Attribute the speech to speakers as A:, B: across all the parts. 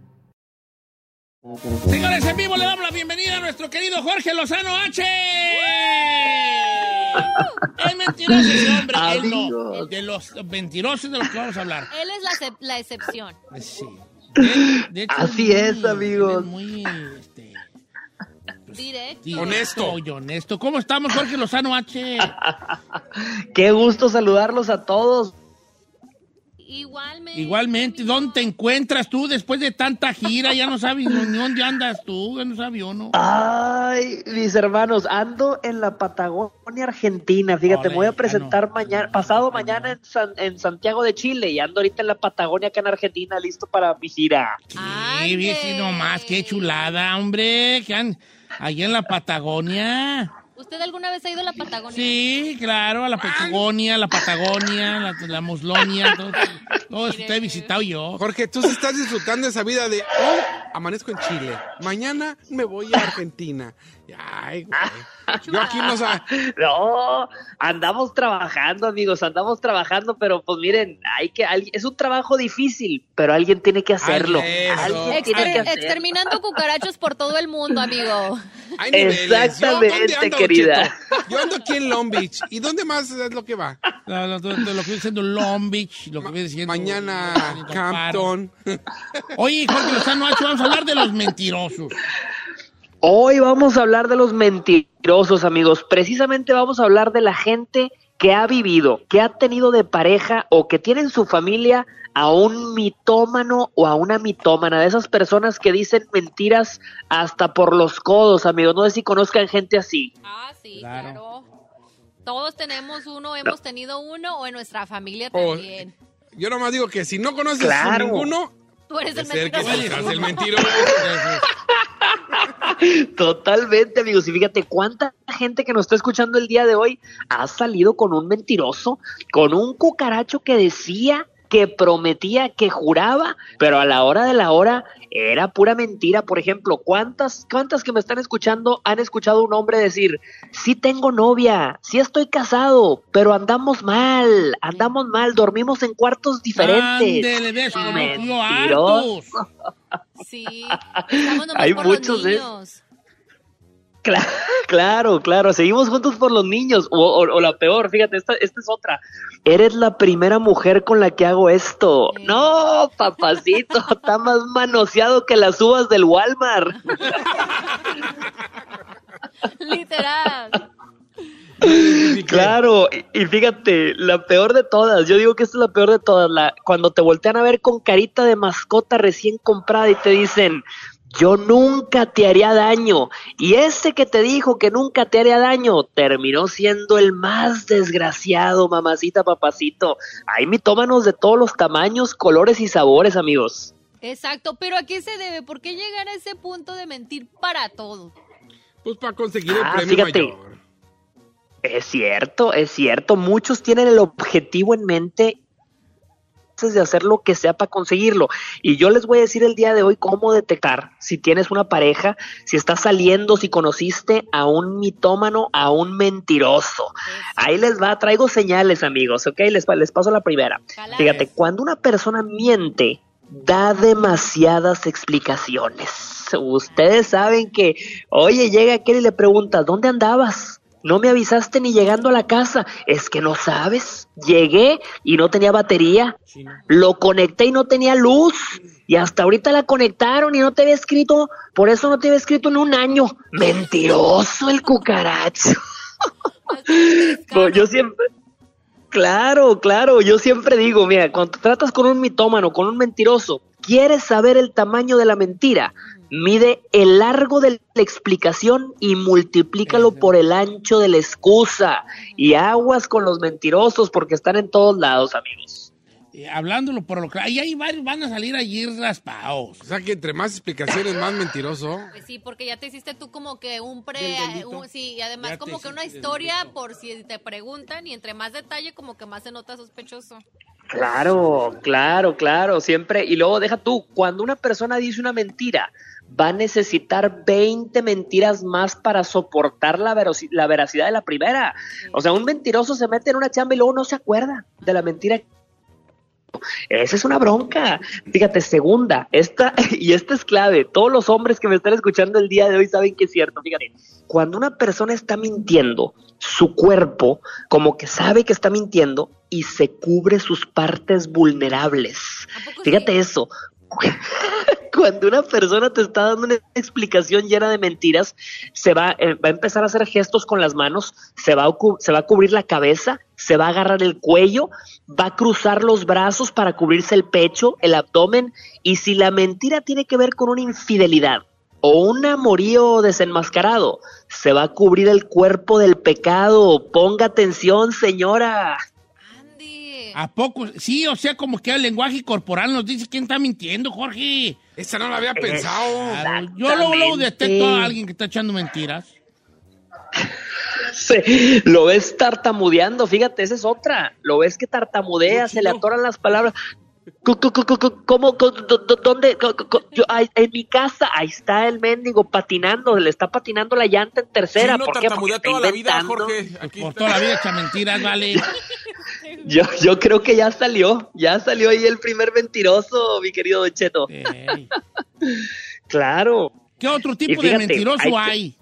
A: Señores, en vivo le damos la bienvenida a nuestro querido Jorge Lozano H. Es mentiroso ese hombre, él no.
B: Amigos.
A: De los mentirosos de los que vamos a hablar.
C: Él es la, excep- la excepción.
A: Sí. Él, de hecho,
B: Así es,
A: muy-
B: amigos.
A: él es Muy este,
C: Directo.
A: directo y honesto. ¿Cómo estamos, Jorge Lozano H?
B: Qué gusto saludarlos a todos.
C: Igualmente.
A: Igualmente,
C: amigo.
A: ¿dónde te encuentras tú después de tanta gira? Ya no sabes ni dónde andas tú, ya no sabes yo, ¿no?
B: Ay, mis hermanos, ando en la Patagonia Argentina. Fíjate,
A: Ole,
B: me voy a
A: ya
B: presentar
A: no.
B: mañana, pasado mañana en, San- en Santiago de Chile y ando ahorita en la Patagonia acá en Argentina, listo para mi gira.
A: Sí,
C: Ande.
A: viejo, nomás, qué chulada, hombre. Que an- allá en la Patagonia.
C: ¿Usted alguna vez ha ido a la Patagonia?
A: Sí, claro, a la Patagonia, la Patagonia, la, la Muslonia, todo, todo eso te he visitado yo.
D: Jorge, tú sí estás disfrutando esa vida de hoy amanezco en Chile, mañana me voy a Argentina. Ay, güey. Yo aquí no sa-
B: No, andamos trabajando, amigos, andamos trabajando, pero pues miren, hay que, al- es un trabajo difícil, pero alguien tiene que hacerlo.
D: Ay, eso.
B: Alguien
C: Exter-
B: tiene que hacerlo.
C: exterminando cucarachos por todo el mundo, amigo.
D: Hay niveles. Yo, ¿dónde
B: Exactamente,
D: ando,
B: querida.
D: Cheto? Yo ando aquí en Long Beach. ¿Y dónde más es lo que va?
A: Lo, lo- lo- lo que viene siendo Long Beach, lo que viene siendo...
D: Mañana Campton.
A: Oye, Jorge Lozano H, vamos a hablar de los mentirosos.
B: Hoy vamos a hablar de los mentirosos, amigos. Precisamente vamos a hablar de la gente que ha vivido, que ha tenido de pareja o que tiene en su familia a un mitómano o a una mitómana, de esas personas que dicen mentiras hasta por los codos, amigos. No sé si conozcan gente así.
C: Ah, sí,
A: Claro.
C: claro. Todos tenemos uno, hemos tenido uno o en nuestra familia
D: Oh,
C: también.
D: Yo nomás digo que si no conoces
B: Claro.
D: a ninguno,
C: Tú eres el
D: es el que
C: mentiroso.
D: sí estás el mentiroso.
B: Totalmente, amigos. Y fíjate cuánta gente que nos está escuchando el día de hoy ha salido con un mentiroso, con un cucaracho que decía, que prometía, que juraba, pero a la hora de la hora era pura mentira. Por ejemplo, ¿cuántas, cuántas que me están escuchando han escuchado a un hombre decir, sí tengo novia, sí estoy casado, pero andamos mal, andamos mal, dormimos en cuartos diferentes?
A: Ándele, ves, como los tuyos
B: Mentiroso.
A: hartos.
C: Sí. Estamos nomás
B: Hay
C: por
B: muchos
C: los
B: de-
C: niños.
B: Cla- Claro, claro, seguimos juntos por los niños. O, o- o la peor, fíjate, esta, esta es otra. Eres la primera mujer con la que hago esto.
C: Sí.
B: No, papacito, está más manoseado que las uvas del Walmart.
C: Literal.
B: Claro, y- y fíjate, la peor de todas, yo digo que esta es la peor de todas, la, cuando te voltean a ver con carita de mascota recién comprada y te dicen, yo nunca te haría daño. Y ese que te dijo que nunca te haría daño terminó siendo el más desgraciado, mamacita, papacito. Hay mitómanos de todos los tamaños, colores y sabores, amigos.
C: Exacto. Pero ¿a qué se debe? ¿Por qué llegar a ese punto de mentir para todo?
D: Pues para conseguir el
B: Ah,
D: premio
B: fíjate.
D: mayor.
B: Es cierto, es cierto. Muchos tienen el objetivo en mente de hacer lo que sea para conseguirlo. Y yo les voy a decir el día de hoy cómo detectar si tienes una pareja, si estás saliendo, si conociste a un mitómano, a un mentiroso. Ahí les va, traigo señales, amigos, ¿ok? Les, pa- les paso la primera.
C: Cala.
B: Fíjate, cuando una persona miente, da demasiadas explicaciones. Ustedes saben que, oye, llega aquel y le pregunta, ¿dónde andabas? No me avisaste ni llegando a la casa. Es que no sabes. Llegué y no tenía batería. Lo conecté y no tenía luz. Y hasta ahorita la conectaron y no te había escrito. Por eso no te había escrito en un año. Mentiroso el cucaracho.
C: Pues,
B: No, Pues, yo siempre. Claro, claro, yo siempre digo, mira, cuando te tratas con un mitómano, con un mentiroso, ¿Quieres saber el tamaño de la mentira? Mide el largo de la explicación y multiplícalo por el ancho de la excusa. Y aguas con los mentirosos porque están en todos lados, amigos.
A: Eh, hablándolo por lo claro. Y ahí varios van a salir allí raspados.
D: O sea que entre más explicaciones, más mentiroso.
C: Pues sí, porque ya te hiciste tú como que un
D: Del
C: pre... eh,
D: delito.
C: un- sí, y además
A: Ya te
C: como que
A: hiciste
C: una
A: del
C: historia
A: delito.
C: por si te preguntan y entre más detalle como que más se nota sospechoso.
B: Claro, claro, claro, siempre. Y luego deja tú, cuando una persona dice una mentira, va a necesitar 20 mentiras más para soportar la, verosi- la veracidad de la primera. O sea, un mentiroso se mete en una chamba y luego no se acuerda de la mentira. Esa es una bronca. Fíjate, segunda, esta, y esta es clave. Todos los hombres que me están escuchando el día de hoy saben que es cierto. Fíjate, cuando una persona está mintiendo, su cuerpo como que sabe que está mintiendo y se cubre sus partes vulnerables.
C: ¿A poco
B: Fíjate
C: sí?
B: eso. Cuando una persona te está dando una explicación llena de mentiras, se va, eh, va a empezar a hacer gestos con las manos, se va, a cu- se va a cubrir la cabeza, se va a agarrar el cuello, va a cruzar los brazos para cubrirse el pecho, el abdomen, y si la mentira tiene que ver con una infidelidad o un amorío desenmascarado, se va a cubrir el cuerpo del pecado. Ponga atención, señora.
C: Andy.
A: ¿A poco? Sí, o sea, como que el lenguaje corporal nos dice quién está mintiendo, Jorge.
D: Esa no la había pensado.
A: Claro, Yo luego, luego
B: Exactamente.
A: detecto a alguien que está echando mentiras.
B: Se- lo ves tartamudeando, fíjate, esa es otra. Lo ves que tartamudea, se le
A: Muchito.
B: atoran las palabras. Cu- cu- cu- cu- cu- ¿Cómo? Co- do- do- ¿Dónde? Co- co- co- yo- ay, en mi casa, ahí está el mendigo patinando, le está patinando la llanta en tercera.
D: Chilo
B: ¿Por qué? Porque
D: tartamudea
B: está
D: toda la vida,
B: inventando.
D: Jorge. Aquí
A: Por
D: está.
A: toda la vida echa mentiras, vale.
B: Yo, yo creo que ya salió, ya salió ahí el primer mentiroso, mi querido Don Cheto.
A: Ey.
B: Claro.
A: ¿Qué otro tipo
B: Y
A: de
B: fíjate,
A: mentiroso hay?
B: hay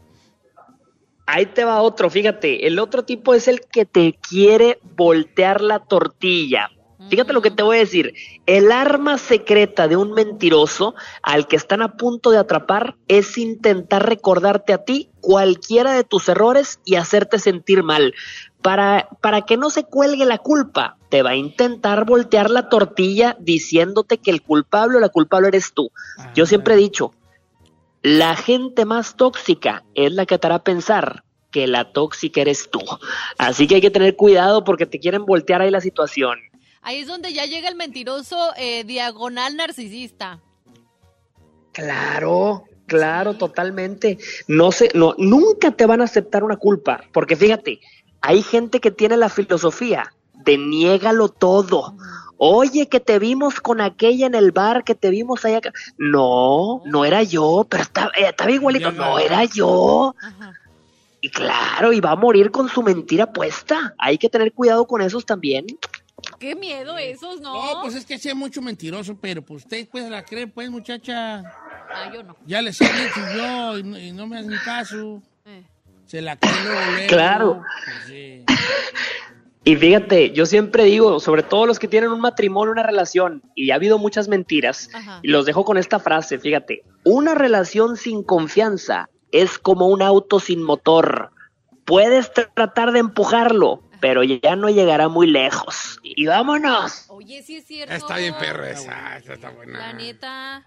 B: Ahí te va otro, fíjate. El otro tipo es el que te quiere voltear la tortilla. Fíjate lo que te voy a decir. El arma secreta de un mentiroso al que están a punto de atrapar es intentar recordarte a ti cualquiera de tus errores y hacerte sentir mal. Para, para que no se cuelgue la culpa, te va a intentar voltear la tortilla diciéndote que el culpable o la culpable eres tú. Yo siempre he dicho, la gente más tóxica es la que te hará pensar que la tóxica eres tú. Así que hay que tener cuidado porque te quieren voltear ahí la situación.
C: Ahí es donde ya llega el mentiroso eh, diagonal narcisista.
B: Claro, claro, totalmente. No sé, no, nunca te van a aceptar una culpa, porque fíjate, hay gente que tiene la filosofía de niégalo todo. Oye, que te vimos con aquella en el bar, que te vimos allá. acá". No, no era yo, pero estaba, eh, estaba igualito. No era yo.
C: Ajá.
B: Y claro, y va a morir con su mentira puesta. Hay que tener cuidado con esos también.
C: Qué miedo esos, ¿no?
A: No, pues es que sí hay mucho mentiroso, pero pues ustedes pues la creen, pues muchacha.
C: Ah, yo no.
A: Ya les he dicho yo y no, y no me hacen caso.
C: Eh.
A: Se la creen luego, luego.
B: Claro.
A: Pues, sí.
B: Y fíjate, yo siempre digo, sobre todo los que tienen un matrimonio, una relación, y ha habido muchas mentiras,
C: Ajá.
B: y los dejo con esta frase, fíjate, una relación sin confianza es como un auto sin motor. Puedes tr- tratar de empujarlo, pero ya no llegará muy lejos. Y vámonos.
C: Oye, sí es cierto.
D: Está bien, perro esa. Esa está buena.
C: La neta.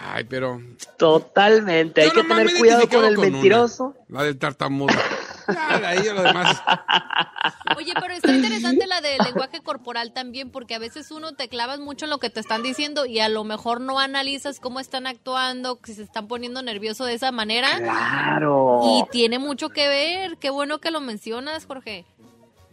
D: Ay, pero.
B: Totalmente, hay
D: Yo
B: que
D: nomás
B: tener
D: me he
B: cuidado
D: identificado
B: con el
D: con una,
B: mentiroso.
D: la del tartamudo. Ya, de ahí a lo demás.
C: Oye, pero está interesante la del lenguaje corporal también, porque a veces uno te clavas mucho en lo que te están diciendo y a lo mejor no analizas cómo están actuando, si se están poniendo nervioso de esa manera.
B: Claro.
C: Y tiene mucho que ver. Qué bueno que lo mencionas, Jorge.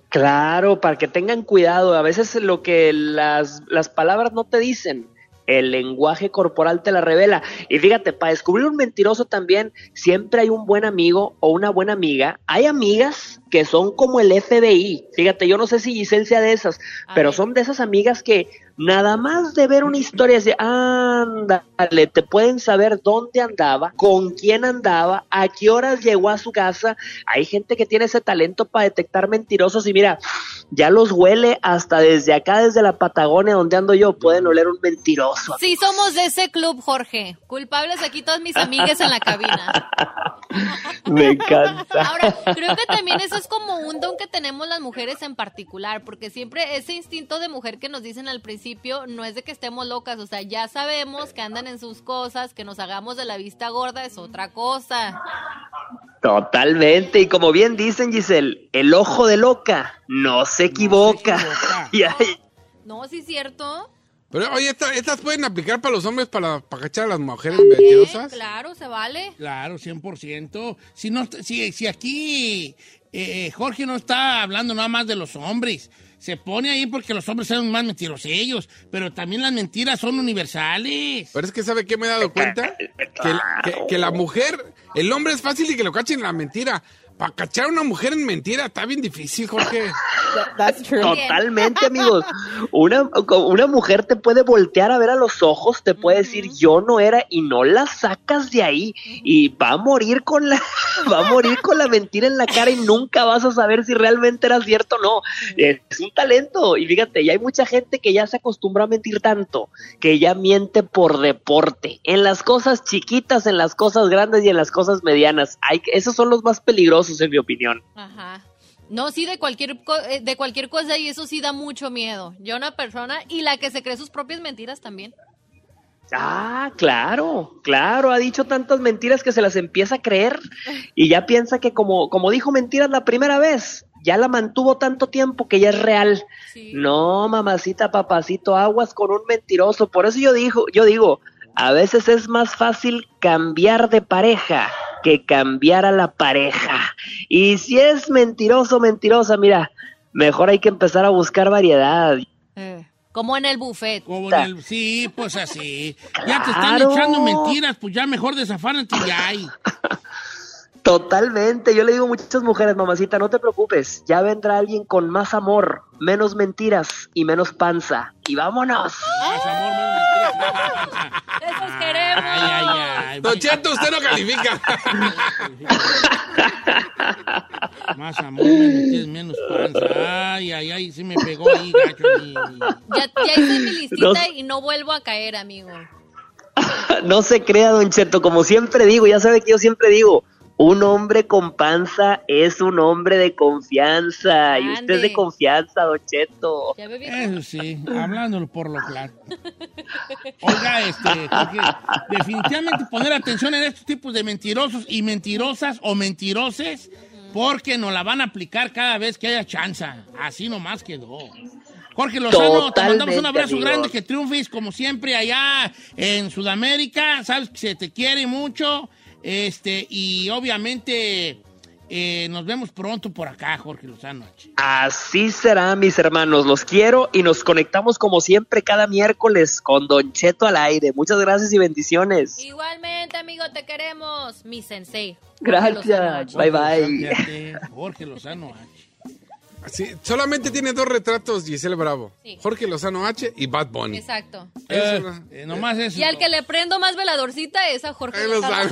B: Claro, para que tengan cuidado. A veces lo que las, las palabras no te dicen, el lenguaje corporal te la revela. Y fíjate, para descubrir un mentiroso también, siempre hay un buen amigo o una buena amiga. Hay amigas que son como el FBI. Fíjate, yo no sé si Giselle sea de esas,
C: A
B: pero
C: ver.
B: son de esas amigas que nada más de ver una historia, de ándale, te pueden saber dónde andaba, con quién andaba, a qué horas llegó a su casa. Hay gente que tiene ese talento para detectar mentirosos y mira, ya los huele hasta desde acá, desde la Patagonia, donde ando yo, pueden oler un mentiroso.
C: Sí, somos de ese club, Jorge. Culpables aquí todas mis amigas en la cabina.
B: Me encanta.
C: Ahora, creo que también eso es como un don que tenemos las mujeres en particular, porque siempre ese instinto de mujer que nos dicen al principio no es de que estemos locas, o sea, ya sabemos que andan en sus cosas, que nos hagamos de la vista gorda es otra cosa.
B: Totalmente. Y como bien dicen, Giselle, el ojo de loca no se equivoca.
A: equivoca.
B: Y ahí-
C: No, sí es cierto.
D: Pero oye, esta- estas pueden aplicar para los hombres para, para cachar a las mujeres
C: También,
D: mentirosas.
C: claro, se vale.
A: Claro, 100%. Si, no, si, si aquí eh, Jorge no está hablando nada más de los hombres, se pone ahí porque los hombres son más mentirosillos, pero también las mentiras son universales.
D: Pero es que, ¿sabe qué me he dado cuenta? Que, la- que- que la mujer, el hombre es fácil y que lo cachen en la mentira. Para cachar a una mujer en mentira está bien difícil, Jorge.
E: That- that's true.
C: Bien.
B: Totalmente, amigos. Una, una mujer te puede voltear a ver a los ojos, te puede decir yo no era y no la sacas de ahí y va a morir con la va a morir con la mentira en la cara y nunca vas a saber si realmente era cierto o no. Es un talento y fíjate, ya hay mucha gente que ya se acostumbra a mentir tanto, que ya miente por deporte, en las cosas chiquitas, en las cosas grandes y en las cosas medianas. Hay, que- esos son los más peligrosos en mi opinión.
C: Ajá. No, sí, de cualquier, co- eh, de cualquier cosa y eso sí da mucho miedo. Yo una persona y la que se cree sus propias mentiras también.
B: Ah, claro, claro, ha dicho tantas mentiras que se las empieza a creer y ya piensa que como, como dijo mentiras la primera vez, ya la mantuvo tanto tiempo que ya es real.
C: Sí.
B: No, mamacita, papacito, aguas con un mentiroso. Por eso yo digo, yo digo, a veces es más fácil cambiar de pareja que cambiar a la pareja. Y si es mentiroso, mentirosa, mira, mejor hay que empezar a buscar variedad.
C: Eh, como en el buffet.
A: Como en el- sí, pues así. Ya te están
B: Claro.
A: echando mentiras, pues ya mejor desafánate ya hay.
B: Totalmente, yo le digo a muchas mujeres, mamacita, no te preocupes, ya vendrá alguien con más amor, menos mentiras y menos panza. Y vámonos.
A: Más amor, menos mentiras.
C: Esos
A: Ay, ay,
C: queremos.
A: ay.
D: Don Cheto, usted no califica.
A: Más amor, menos mentiras, menos panza. Ay, ay, ay, sí me pegó ahí, gacho. ahí.
C: Ya, ya hice mi listita
B: No.
C: y no vuelvo a caer, amigo.
B: No se crea, don Cheto, como siempre digo, ya sabe que yo siempre digo, un hombre con panza es un hombre de confianza. Y usted es
C: Ande.
B: de confianza, don Cheto.
C: Ya bebí.
B: Eh.
A: Eso sí, hablándolo por lo claro. Oiga, este, Jorge, definitivamente poner atención en estos tipos de mentirosos y mentirosas o mentiroses, porque nos la van a aplicar cada vez que haya chance. Así nomás quedó. Jorge Lozano, te mandamos un
B: Totalmente,
A: abrazo
B: amigo.
A: grande, que triunfes como siempre allá en Sudamérica. Sabes que se te quiere mucho. Este, y obviamente eh, nos vemos pronto por acá, Jorge Lozano.
B: Así será, mis hermanos, los quiero y nos conectamos como siempre cada miércoles con don Cheto al aire. Muchas gracias y bendiciones.
C: Igualmente, amigo, te queremos. Mi sensei.
B: Gracias. Bye, bye.
A: Fíjate, Jorge Lozano H.
D: Sí, solamente tiene dos retratos Giselle Bravo.
C: Sí.
D: Jorge Lozano H y Bad Bunny.
C: Exacto.
A: Eh,
D: Eso,
A: eh, nomás eso.
C: Y al que le prendo más veladorcita es a Jorge.
D: Ahí lo
C: Lozano.
D: sabes.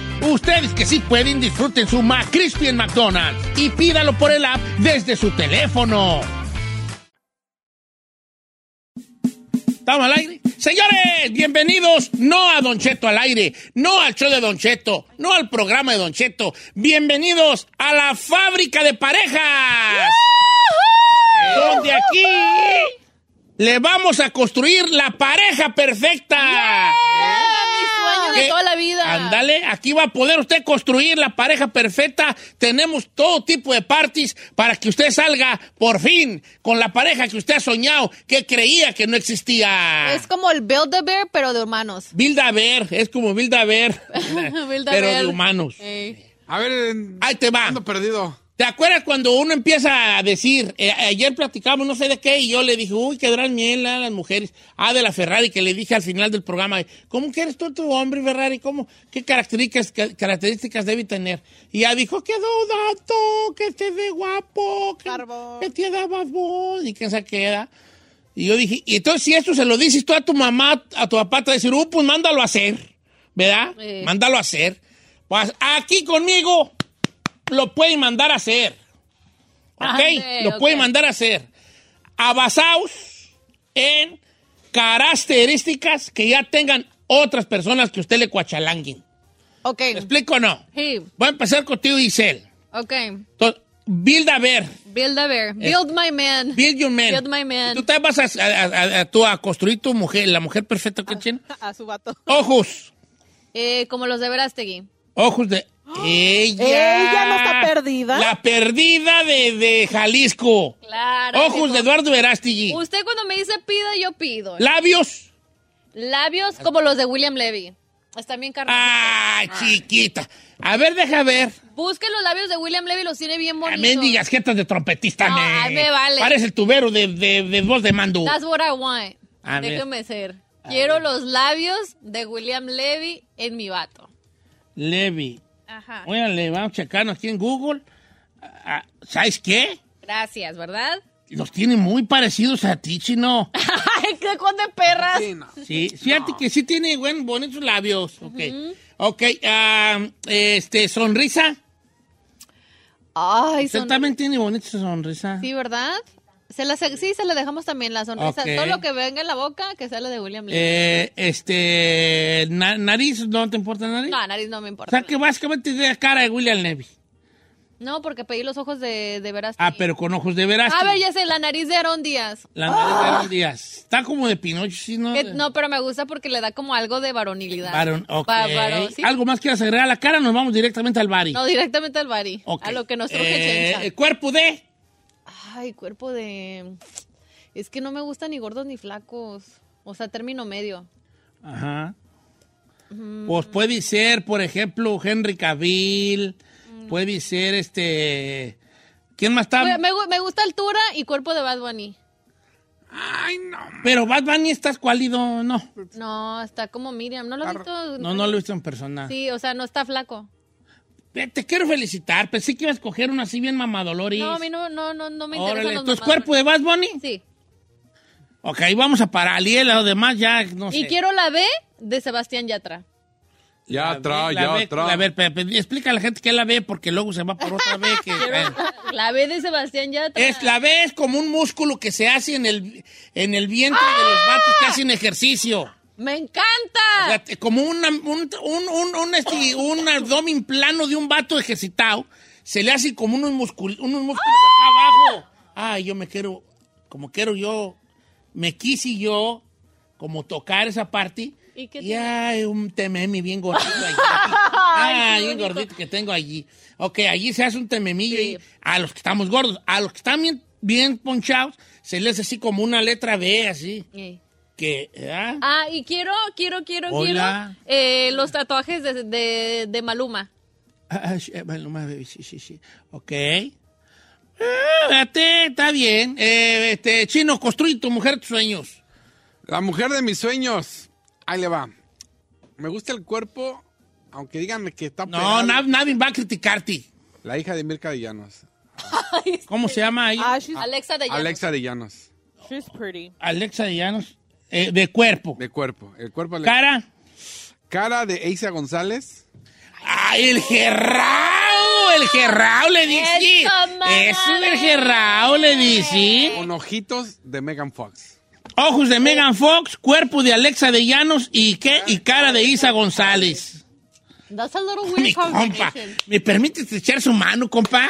A: Ustedes que sí pueden, disfruten su McCrispy en McDonald's y pídalo por el app desde su teléfono. ¿Estamos al aire? Señores, bienvenidos no a Don Cheto al aire, no al show de Don Cheto, no al programa de Don Cheto. Bienvenidos a la fábrica de parejas. Donde aquí le vamos a construir la pareja perfecta.
C: Mi sueño de
A: ¿Qué?
C: toda la vida.
A: Ándale, aquí va a poder usted construir la pareja perfecta. Tenemos todo tipo de parties para que usted salga por fin con la pareja que usted ha soñado, que creía que no existía.
C: Es como el Build-A-Bear, pero de humanos.
A: Bilda Ver, es como Bilda Ver, pero de
C: Build-A-Bear.
A: humanos.
C: Eh. Ey.
D: A ver, en-
A: Ahí te va.
D: ando perdido.
A: ¿Te acuerdas cuando uno empieza a decir, eh, ayer platicamos no sé de qué, y yo le dije, uy, quedarán bien la- las mujeres? Ah, de la Ferrari, que le dije al final del programa, ¿cómo que eres tú tu hombre, Ferrari? ¿Cómo, ¿Qué características, ca- características debe tener? Y ya dijo, que dudato, que te ve guapo, que, que te da voz, y que se queda. Y yo dije, y entonces si esto se lo dices tú a tu mamá, a tu papá, te va a decir, uh, pues mándalo a hacer, ¿verdad?
C: Sí.
A: Mándalo a hacer. Pues aquí conmigo lo pueden mandar a hacer. ¿Ok?
E: Ah,
C: Ande,
A: lo
C: ok.
A: pueden mandar a hacer. A basaos en características que ya tengan otras personas que usted le cuachalanguen.
C: Ok.
A: ¿Me explico o no?
C: Sí.
A: Voy a empezar contigo, Giselle.
C: Ok.
A: Entonces, Bilda Ver, Eh.
C: Build-A-Bear. Build my man.
A: Build Your Man.
C: Build my man.
A: Tú te vas a, a- a- a- tú a construir tu mujer, la mujer perfecta que tiene.
E: a su vato.
A: Ojos.
C: Eh, como los de Verástegui.
A: Ojos de. Ella.
E: Ella no está perdida.
A: La perdida de, de Jalisco.
C: Claro.
A: Ojos de Eduardo Verástigui.
C: Usted cuando me dice pida, yo pido.
A: Labios.
C: Labios como los de William Levy. Están bien carnosos. Ah.
A: ¡Ay, chiquita! A ver, deja ver.
C: Busque los labios de William Levy, los tiene bien
A: A
C: bonitos.
A: mendigas jetas de trompetista,
C: No,
A: me.
C: ay, me vale.
A: Parece el tubero de, de, de voz de mando.
C: That's what I want.
A: A ver.
C: Déjeme ser. Quiero los labios de William Levy en mi vato.
A: Levi.
C: Ajá.
A: Órale, vamos a checarnos aquí en Google. Ah, ah, ¿Sabes qué?
C: Gracias, ¿verdad?
A: Los tiene muy parecidos a ti, chino.
C: Ay, qué con de perras.
D: Sí, no.
A: Sí, fíjate que sí tiene buen, bonitos labios. Ok. Ok, ah, este, sonrisa.
C: Ay,
A: Usted
C: son...
A: también tiene bonita sonrisa.
C: Sí, ¿verdad? Se las, e- sí, se las dejamos también, la sonrisa.
A: Ok.
C: Todo lo que venga en la boca, que sea la de William Levy.
A: Eh, este, na- nariz, ¿no te importa nariz?
C: No, nariz no me
A: O
C: importa.
A: sea que básicamente tiene cara de William Levy.
C: No, porque pedí los ojos de, de veras.
A: Ah, pero con ojos de veras.
C: A ver, ya sé, la nariz de Aaron Díaz.
A: La nariz de Aaron Díaz. Está como de Pinocho, sí, ¿no?
C: Que- Eh, no, pero me gusta porque le da como algo de varonilidad.
A: Varón, ok.
C: Va- varón, sí.
A: ¿Algo más quieras agregar a la cara? Nos vamos directamente al bari.
C: No, directamente al bari.
A: Ok.
C: A lo que nos truje
A: Eh,
C: Chencha.
A: el cuerpo de...
C: Ay, cuerpo de... Es que no me gusta ni gordos ni flacos. O sea, término medio.
A: Ajá.
C: Mm.
A: Pues puede ser, por ejemplo, Henry Cavill. Puede ser, este... ¿Quién más está?
C: Mm. Me, me gu- me gusta altura y cuerpo de Bad Bunny.
D: Ay, no.
A: Pero Bad Bunny estás cuálido, no.
C: No, está como Miriam. ¿No lo has visto?
A: No, no lo he visto en persona.
C: Sí, o sea, no está flaco.
A: Eh, Te quiero felicitar. Pensé que ibas a coger una así bien mamadoloris.
C: No, a mí no, no, no, no me interesa.
A: Órale, ¿tu cuerpo de Bad Bunny?
C: Sí.
A: Ok, vamos a parar. Y lo demás ya, no sé.
C: Y quiero la B de Sebastián Yatra.
A: La
F: Ya atrás,
A: B, la
F: ya
A: B,
F: atrás.
A: A ver, Pepe, explica a la gente que es la B porque luego se va por otra B. que-
C: La B de Sebastián Yatra.
A: es, la B es como un músculo que se hace en el, en el vientre de los vatos que hacen ejercicio.
C: ¡Me
A: O sea,
C: encanta!
A: te- como una- un, un, un, un, este, un abdomen plano de un vato ejercitado, se le hace como unos, muscul- unos músculos acá abajo. Ay, yo me quiero, como quiero yo, me quise yo, como tocar esa parte.
C: ¿Y
A: ¿Y,
C: qué
A: y
C: tiene?
A: ay, un tememi bien gordito allí. ay,
C: qué
A: un
C: bonito.
A: gordito que tengo allí. Ok, allí se hace un tememillo
C: Sí.
A: ahí a los que estamos gordos. A los que están bien, bien ponchados, se les hace así como una letra B, así.
C: Eh.
A: Que, ¿ah?
C: Ah, y quiero, quiero, quiero,
A: Hola.
C: quiero eh, los tatuajes de, de, de Maluma.
A: Ah, ah, sí, eh, bueno, más baby, sí, sí, sí. Ok. Ah, Espérate, está bien. Eh, este, chino, construye tu mujer tus sueños.
D: La mujer de mis sueños. Ahí le va. Me gusta el cuerpo, aunque díganme que está
A: No,
D: operado.
A: na- nadie va a criticarte.
D: La hija de Mirka de Llanos.
A: ¿Cómo se llama ella?
E: Ah, she's,
C: Alexa de Yatra.
D: Alexa de Llanos.
E: she's pretty.
A: Alexa de Llanos. Eh, de cuerpo.
D: De cuerpo. El cuerpo de
A: Cara.
D: Cara de Eiza González.
A: ¡Ay, el Gerrao! ¡El Gerrao le dice!
C: ¡Eso, madre!
A: ¡Eso, el Gerrao le dice!
D: Con ojitos de Megan Fox.
A: Ojos de Megan Fox, cuerpo de Alexa de Llanos y, ¿qué? y cara de Isa González.
C: That's a little
A: Mi
C: weird
A: compa,
C: combination.
A: ¿me permite estrechar su mano, compa?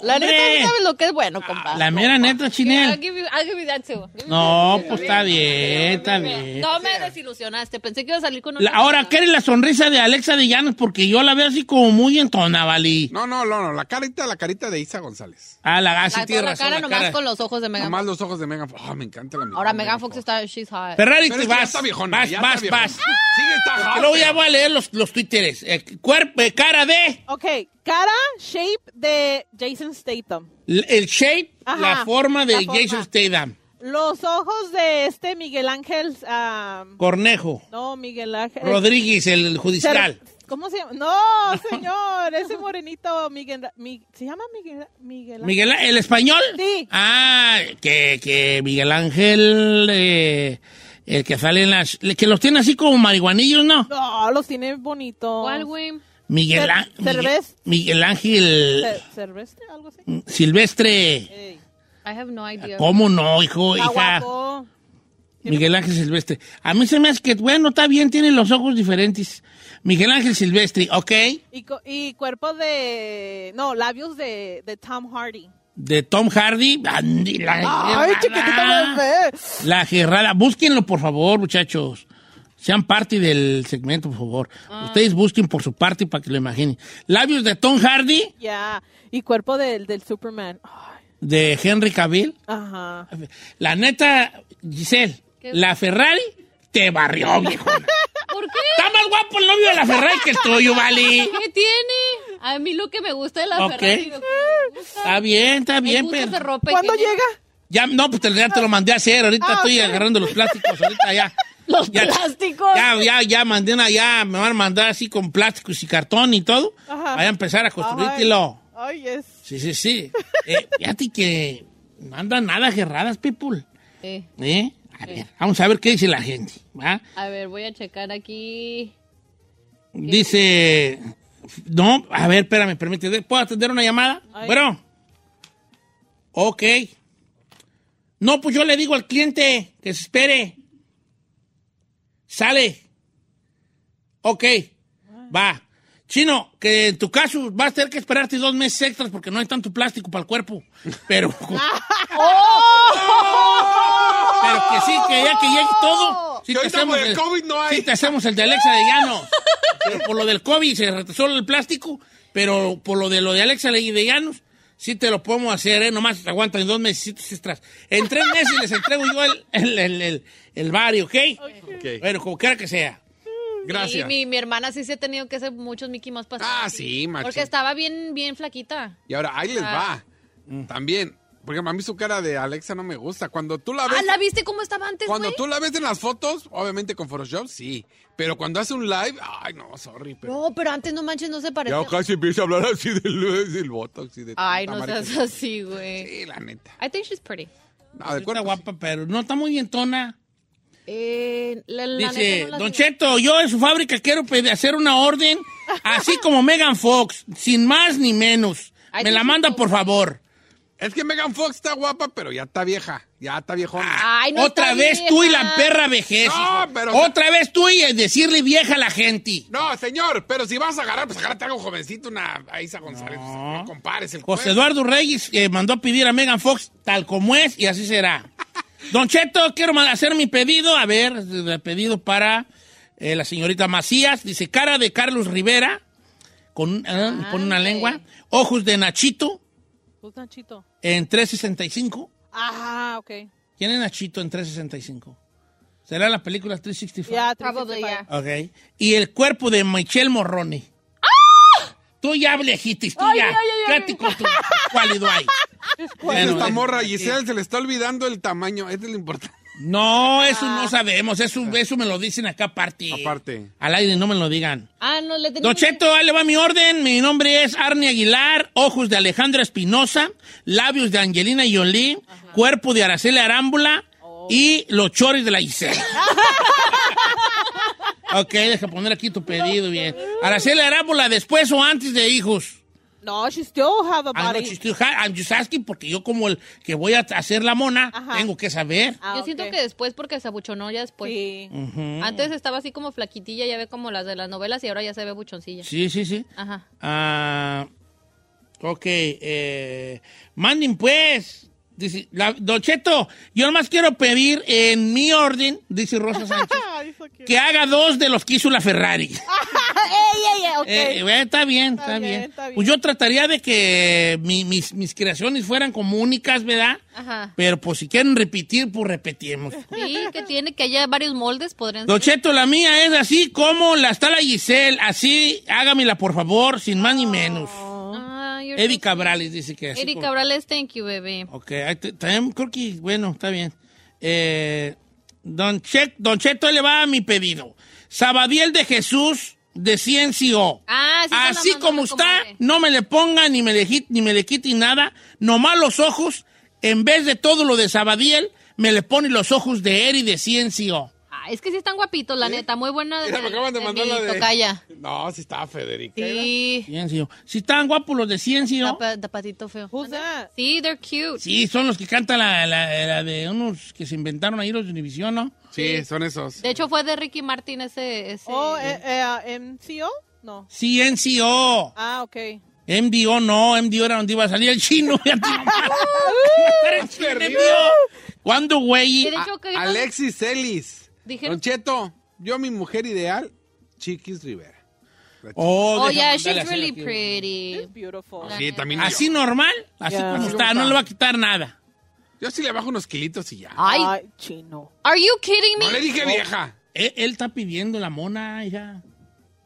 E: La neta
A: Hombre. Ah,
E: no sabe lo que es bueno, compa.
A: La mera neta,
C: I'll
A: Chinel.
C: give you, I'll give you that too. Give me
A: No,
C: that.
A: pues está bien, está bien.
C: No me desilusionaste, pensé que iba a salir con una.
A: La- ahora, ¿qué es la sonrisa de Alexa de Llanos? Porque yo la veo así como muy entona, Valí.
D: No, no, no, no, la carita, la carita de Isa González.
A: Ah, la
C: La,
A: así tiene
C: con la
A: razón,
C: cara
A: la
C: nomás
A: cara.
C: con los ojos de Megan
D: Nomás
C: Fox.
D: los ojos de Megan Fox. Ah, me encanta la
C: Ahora Megan Fox está, she's hot.
A: Ferrari,
D: Pero
A: te
D: es que ya
A: vas.
D: está viejona.
A: vas,
D: ya
A: vas,
D: está
A: vas.
D: viejona. Sigue, está
A: Y
D: hot.
A: Luego ya voy a leer los, los twitteres. Eh, cuerpo, eh, cara de,
E: Ok, cara, shape de Jason Statham.
A: l- el shape,
E: Ajá,
A: la forma de
E: la forma.
A: Jason Statham.
E: Los ojos de este Miguel Ángel. ah,
A: Cornejo,
E: no, Miguel
C: Eh,
E: Ángel.
A: Rodríguez, el
E: Ser-
A: judicial.
E: ¿Cómo se llama? No, señor, ese morenito Miguel. Mi- ¿Se llama Miguel? Miguel.
A: Miguel, Á- ¿el español?
E: Sí.
A: Ah, que, que Miguel Ángel, eh, el que sale en las... Que los tiene así como marihuanillos, ¿no?
E: No, los tiene bonitos.
C: ¿Cuál, güey?
A: Miguel,
E: Cer-
A: Á- Miguel,
E: Cervés.
A: Miguel Ángel
E: Ce- ¿Cervestre? ¿Algo así?
A: Mm. Silvestre.
E: Ey,
C: I have no idea.
A: ¿Cómo no, hijo,
E: está
A: hija?
E: guapo.
A: Miguel Ángel Silvestre. A mí se me hace que, bueno, está bien, tiene los ojos diferentes. Miguel Ángel Silvestre, ok.
E: Y, co- y cuerpo de. No, labios de, de Tom Hardy.
A: De Tom Hardy. Andy, la
E: Ay,
A: gerrada.
E: chiquitita bebé.
A: La gerrada. Búsquenlo, por favor, muchachos. Sean parte del segmento, por favor. Ustedes busquen por su parte para que lo imaginen. Labios de Tom Hardy,
E: Ya. Y cuerpo del, del Superman. Ay,
A: de Henry Cavill.
E: ajá.
A: La neta, Giselle, la Ferrari te barrió, viejo.
C: ¿Por qué?
A: Está más guapo el novio de la Ferrari que el tuyo, vale.
C: ¿Qué tiene? A mí lo que me gusta de la
A: Ok.
C: Ferrari. Lo que me gusta,
A: Está bien, está bien,
C: me gusta
A: pero...
C: esa ropa y
E: ¿Cuándo
C: tiene-
E: llega?
A: Ya, no, pues te- ya te lo mandé a hacer. Ahorita
E: Ah,
A: estoy
E: ok.
A: agarrando los plásticos. Ahorita ya.
C: Los
A: Ya-
E: Pues,
C: plásticos.
A: Ya,
E: eh,
A: ya, ya mandé una, ya me van a mandar así con plásticos y cartón y todo.
E: Ajá.
A: Vaya a empezar a construírtelo.
E: Ay, es.
A: Sí, sí, sí. Eh, fíjate que no andan nada gerradas, people.
C: Eh,
A: ¿Eh? A ver, vamos a ver qué dice la gente. ¿va?
C: a ver, voy a checar aquí.
A: Dice. No, a ver, espérame, permíteme. ¿Puedo atender una llamada?
E: Ay.
A: Bueno. Ok. No, pues yo le digo al cliente que se espere. Sale. Ok. Va. Chino, que en tu caso vas a tener que esperarte dos meses extras porque no hay tanto plástico para el cuerpo. Pero. Pero que sí, que ya que llegue todo.
D: Que
A: Sí te
D: ahorita por
A: hacemos
D: el
A: el-
D: COVID no hay.
A: sí te hacemos el de Alexa de Llanos. Pero por lo del COVID se retrasó el plástico, pero por lo de lo de Alexa de Llanos, sí te lo podemos hacer, ¿eh? Nomás aguanta en dos meses extras. En tres meses les entrego yo el, el, el, el, el bari, ¿ok?
D: Ok,
A: Bueno, como quiera que sea.
C: Y
D: Gracias.
C: mi, mi hermana sí se ha tenido que hacer muchos Mickey Mouse pasados.
D: Ah, sí, machín.
C: Porque estaba bien, bien flaquita.
D: Y ahora, ahí les
C: Ah.
D: va. Mm. También. Porque a mí su cara de Alexa no me gusta. Cuando tú la ves.
C: Ah, ¿la viste cómo estaba antes,
D: Cuando
C: güey?
D: tú la ves en las fotos, obviamente con Photoshop, sí. Pero cuando hace un live, ay, no, sorry. Pero
C: No, pero antes no manches, no se parecía.
D: ya casi empieza a hablar así del, del botox y de
C: Ay,
D: tanta
C: no
D: marica.
C: seas así, güey.
D: Sí, la neta.
C: I think she's pretty.
D: No, del
A: Está
D: cuerpo.
A: guapa, pero no está muy bien tona.
C: Eh, la, la
A: Dice,
C: neta no la
A: Don
C: sé.
A: Cheto, yo en su fábrica quiero pedir- hacer una orden, así como Megan Fox, sin más ni menos.
C: Ay,
A: Me
C: sí,
A: la
C: sí,
A: manda,
C: sí.
A: por favor.
D: Es que Megan Fox está guapa, pero ya está vieja. Ya está viejona.
C: Ay, no
A: Otra
C: está
A: vez
C: vieja.
A: tú y la perra vejez.
D: No,
A: hijo.
D: pero-
A: Otra vez tú y decirle vieja a la gente.
D: No, señor, pero si vas a agarrar, pues agárrate algo jovencito, una a Isa González. pues, No, compares el
A: José
D: cuerpo.
A: Eduardo Reyes eh, mandó a pedir a Megan Fox tal como es y así será. Don Cheto, quiero mand- hacer mi pedido. A ver, eh, pedido para eh, la señorita Macías. Dice, cara de Carlos Rivera, con, ah, con una
C: Ande.
A: lengua. Ojos de Nachito
E: Pues Nachito.
A: en 365.
E: Ajá, ok.
C: Pues,
A: ¿Quién es Nachito en 365? ¿Será la película 365?
E: Ya,
C: Probably, ya.
A: Ok. Y el cuerpo de Michelle Morrone. Tú ya blejitis, tú ya. Quédate con tu cuálido ahí.
D: Es
A: Bueno, eh,
D: esta
A: es-
D: morra, Giselle, se le está olvidando el tamaño. Es de lo importante.
A: No, eso no sabemos. Eso, eso me lo dicen acá aparte.
D: Aparte.
A: Al aire no me lo digan.
C: Ah, no, le tenía...
A: Don Cheto, ahí le va mi orden. Mi nombre es Arne Aguilar, ojos de Alejandra Espinosa, labios de Angelina Jolie, cuerpo de Araceli Arámbula
E: Oh.
A: y los chores de la Gisela. ok, deja poner aquí tu pedido bien. Araceli Arámbula, después o antes de hijos.
E: No, she still have a
A: I know
E: body.
A: Ah, she's too hot. I'm just asking porque yo como el que voy a hacer la mona,
E: Ajá.
A: tengo que saber.
E: Ah,
C: Yo siento
E: ok.
C: que después, porque se abuchonó ya después.
E: Sí.
A: Mm.
C: Antes estaba así como flaquitilla, ya ve como las de las novelas y ahora ya se ve buchoncilla.
A: Sí, sí, sí.
C: Ajá.
A: Ah, ok. eh, manden pues. Dice, la, Don Cheto, yo nomás quiero pedir en mi orden, dice Rosa Sánchez,
E: Ah, it's okay.
A: que haga dos de los que hizo la Ferrari.
E: ey, ey, ey, ok.
A: Eh, bueno, está bien, está,
E: Está bien,
A: bien.
E: está bien.
A: Pues yo trataría de que mi- mis, mis creaciones fueran como únicas, ¿verdad?
C: Ajá.
A: Pero pues si quieren repetir, pues repetimos.
C: Sí, que tiene que haya varios moldes, podrían
A: Don
C: ser.
A: Cheto, la mía es así como la está la Giselle. Así, hágamela, por favor, sin más ni menos.
E: Oh.
C: Ah, you're
A: Eddie
C: so-
A: Cabrales dice que así.
C: Eddie
A: como-
C: Cabrales, thank you, bebé.
A: Ok, ahí te- también creo que, bueno, está bien. Eh, don, Che- Don Cheto le va a mi pedido. Sabadiel de Jesús de Ciencio.
C: Ah, sí se la
A: Así
C: mandó,
A: como
C: me
A: está,
C: acomodé.
A: no me le ponga ni me le, quit- ni me le quite nada. Nomás los ojos, en vez de todo lo de Sabadiel, me le pone los ojos de Eri de Ciencio.
C: Ah, es que sí están guapitos, la neta. Muy buena.
D: Mira, me acaban de
C: mi
D: mandar la de.
C: tocaya.
D: No, sí estaba Federica.
C: Sí.
A: Ciencio. Si están guapos los de Ciencio.
C: Tapa- Tapatito feo.
E: Who's that?
C: Sí, they're cute.
A: Sí, son los que cantan la, la- la de unos que se inventaron ahí los de Univision, ¿no?
D: Sí, son esos.
C: De hecho, fue de Ricky Martin ese. ese-
E: Oh, eh, eh, ah, MCO? No.
A: Ciencio.
E: Ah, ok.
A: MDO no, MDO era donde iba a salir el chino. Ya te nomás. Era el chino, MDO. ¿Cuándo,
C: Y
A: güey?
C: de hecho, que.
D: Alexis Celis.
C: Dijeron-
D: Don Cheto, yo mi mujer ideal, Chiquis Rivera.
A: Oh,
C: Oh,
A: déjame
C: yeah,
A: mandarle
C: she's
A: a
C: really
A: hacer aquí.
C: pretty.
E: Beautiful.
C: La
D: Sí,
C: neta.
D: también
A: Así
D: yo.
A: normal, así
E: Yeah.
A: como
E: Así
A: está,
D: como
A: no
D: está.
A: le va a quitar nada.
D: Yo sí le bajo unos kilitos y ya.
C: Ay,
E: Ay, chino.
C: are you kidding
D: No le
C: me?
D: dije vieja.
A: Él, él está pidiendo la mona, ya.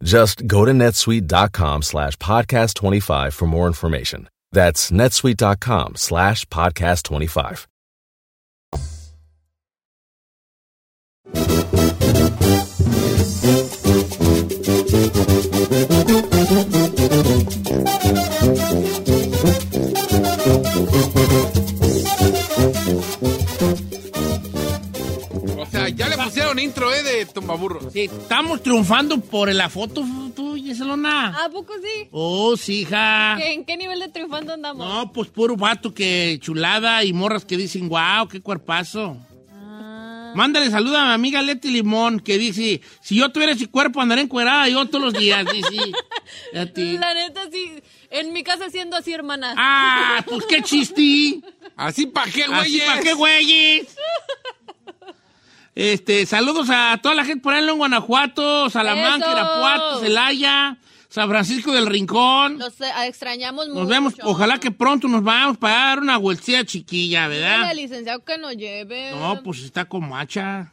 G: Just go to netsuite.com slash podcast 25 for more information. That's netsuite.com slash podcast 25.
D: O sea, ya le pusieron intro, ¿eh? De tumbaburros.
A: Sí, estamos triunfando por la foto tuya, Selona.
C: ¿A poco sí?
A: Oh, sí, hija.
C: ¿Qué- ¿En qué nivel de triunfando andamos?
A: No, pues puro vato que chulada y morras que dicen, wow, qué cuerpazo.
C: Ah.
A: Mándale saludo a mi amiga Leti Limón, que dice, si yo tuviera ese cuerpo andaré encuerada yo todos los días, dice. Leti.
C: La neta, sí. En mi casa siendo así, hermana.
A: Ah, pues qué chiste.
D: Así pa' qué,
A: Así
D: güey.
A: para qué, güeyes. Este, saludos a toda la gente por ahí en Guanajuato, Salamanca,
C: Eso.
A: Irapuato, Celaya, San Francisco del Rincón.
C: Los eh, extrañamos mucho.
A: Nos vemos, ojalá que pronto nos vayamos para dar una vueltilla chiquilla,
C: Dígale
A: ¿verdad?
C: al licenciado que nos lleve.
A: No, pues está como hacha.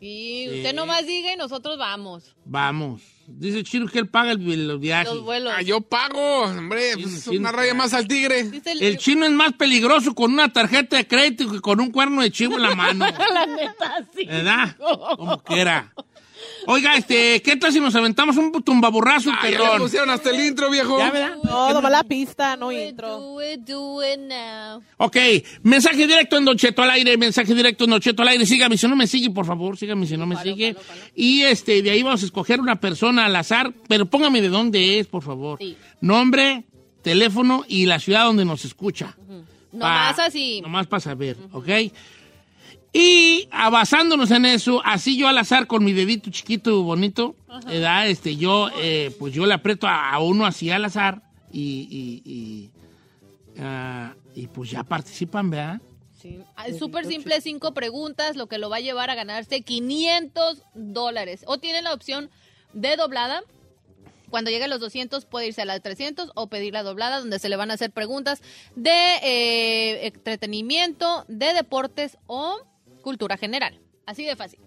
C: Sí, usted nomás diga y nosotros vamos.
A: Vamos. Dice Chino que él paga el- los viajes.
C: Los vuelos.
D: Ah, yo pago, hombre. Pues,
A: sí,
D: una
A: sí.
D: raya más al tigre.
C: Dice el-
A: El chino es más peligroso con una tarjeta de crédito que con un cuerno de chivo en la mano.
C: la neta, sí.
A: ¿Verdad? Como quiera. Oiga, este, ¿qué tal si nos aventamos un tumbaburrazo,
D: Ay, Ah, ya le
A: pelón?
D: pusieron hasta el intro, viejo.
A: ¿Ya, verdad?
E: No, nomás la pista, ah, no intro.
C: Do it, do it now.
A: Ok, mensaje directo en Don Cheto al aire, mensaje directo en Don Cheto al aire. Sígame si no me sigue, por favor, sígame si no me sigue. Y este, de ahí vamos a escoger una persona al azar, pero póngame de dónde es, por favor.
C: Sí.
A: Nombre, teléfono y la ciudad donde nos escucha.
C: Nomás
A: Pa-
C: así.
A: Nomás para saber, ¿ok? Y ah, basándonos en eso, así yo al azar con mi dedito chiquito bonito, ¿verdad? Este, yo, eh, pues yo le aprieto a, a uno así al azar y, y, y, ah, y pues ya participan, ¿verdad?
C: Ah, es Súper simple, cinco preguntas, lo que lo va a llevar a ganarse 500 dólares. O tiene la opción de doblada. Cuando llegue a los 200 puede irse a la 300 o pedir la doblada donde se le van a hacer preguntas de eh, entretenimiento, de deportes o cultura general. Así de fácil.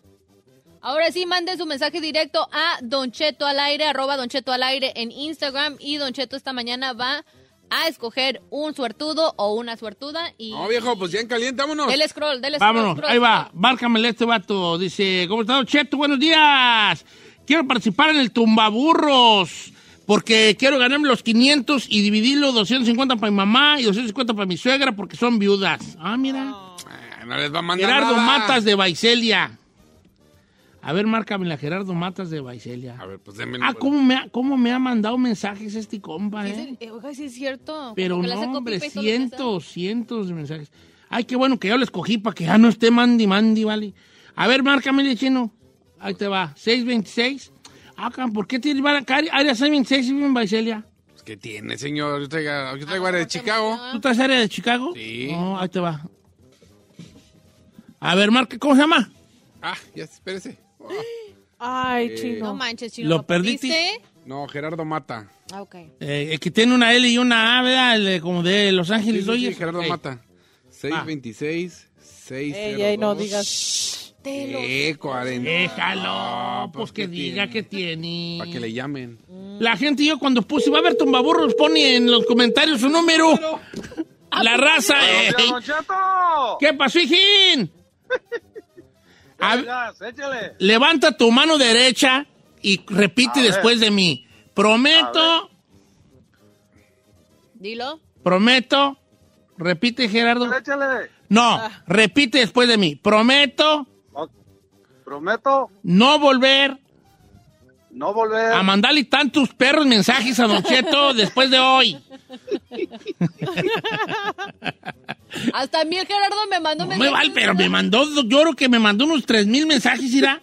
C: Ahora sí, mande su mensaje directo a Don Cheto al aire, arroba Don Cheto al aire en Instagram. Y Don Cheto esta mañana va a escoger un suertudo o una suertuda. Y
D: No, viejo, pues ya en caliente, vámonos.
C: Dele scroll, dele scroll.
A: Vámonos,
C: scroll,
A: ahí va,
C: scroll.
A: márcamele a este vato. Dice, ¿cómo está, don Cheto? Buenos días. Quiero participar en el tumbaburros. Porque quiero ganarme los 500 y dividirlo 250 para mi mamá y 250 para mi suegra porque son viudas. Ah, mira.
D: Ah, No les va a mandar
A: Gerardo
D: nada.
A: Matas de Baicelia. A ver, márcame la Gerardo Matas de Baicelia.
D: A ver, pues denme.
A: Ah, ¿cómo me, ha, cómo me ha mandado mensajes este compa, eh?
C: Dice, eh, Oiga, sí es cierto.
A: Pero
C: Como que le
A: no,
C: hace copy
A: hombre,
C: paste a lo que
A: cientos, cientos de mensajes. Ay, qué bueno que yo lo escogí para que ya no esté mandi, mandi, vale. A ver, márcame, chino. Ahí te va, 626. Ah, cabrón, ¿por qué tiene van acá? área 626 y vive en Baicelia?
D: Pues, ¿Qué tiene, señor? Yo traigo, yo traigo
C: sea.
D: área de Chicago.
C: Ah.
A: ¿Tú estás área de Chicago?
D: Sí.
A: No, ahí te va. A ver, marca, ¿cómo se llama?
D: Ah, ya, espérese. Oh,
E: Ay,
C: No
E: chino.
C: manches, chino.
A: Lo
C: ¿lo perdiste?
D: No, Gerardo Mata.
C: Ah, ok.
A: Eh, el que tiene una L y una A, ¿verdad? El de- como de Los
D: Sí,
A: Ángeles,
D: sí, sí,
A: oye.
D: Gerardo
A: Eh,
D: Mata. 626
E: Ah. Ey, ey, no
D: 602
E: digas.
C: Te lo-
D: Eh, 40.
A: Déjalo,
D: No,
A: pues que
D: ¿qué
A: diga
D: tiene?
A: que tiene.
D: Para que le llamen.
A: La gente, yo cuando puse, va a haber tumbaburros, pone en los comentarios su número. La raza, eh. ¿Qué pasó, hijín? A ver, Levanta tu mano derecha y repite después de mí. Prometo,
C: Dilo.
A: prometo. Repite, Gerardo. No, repite después de mí. Prometo
H: Prometo
A: no volver
H: no volver.
A: a mandarle tantos perros mensajes a Don Cheto después de hoy.
C: Hasta a mí el Gerardo me mandó
A: No me
C: mensajes.
A: vale, pero me mandó, yo creo que me mandó unos 3000 mensajes, irá.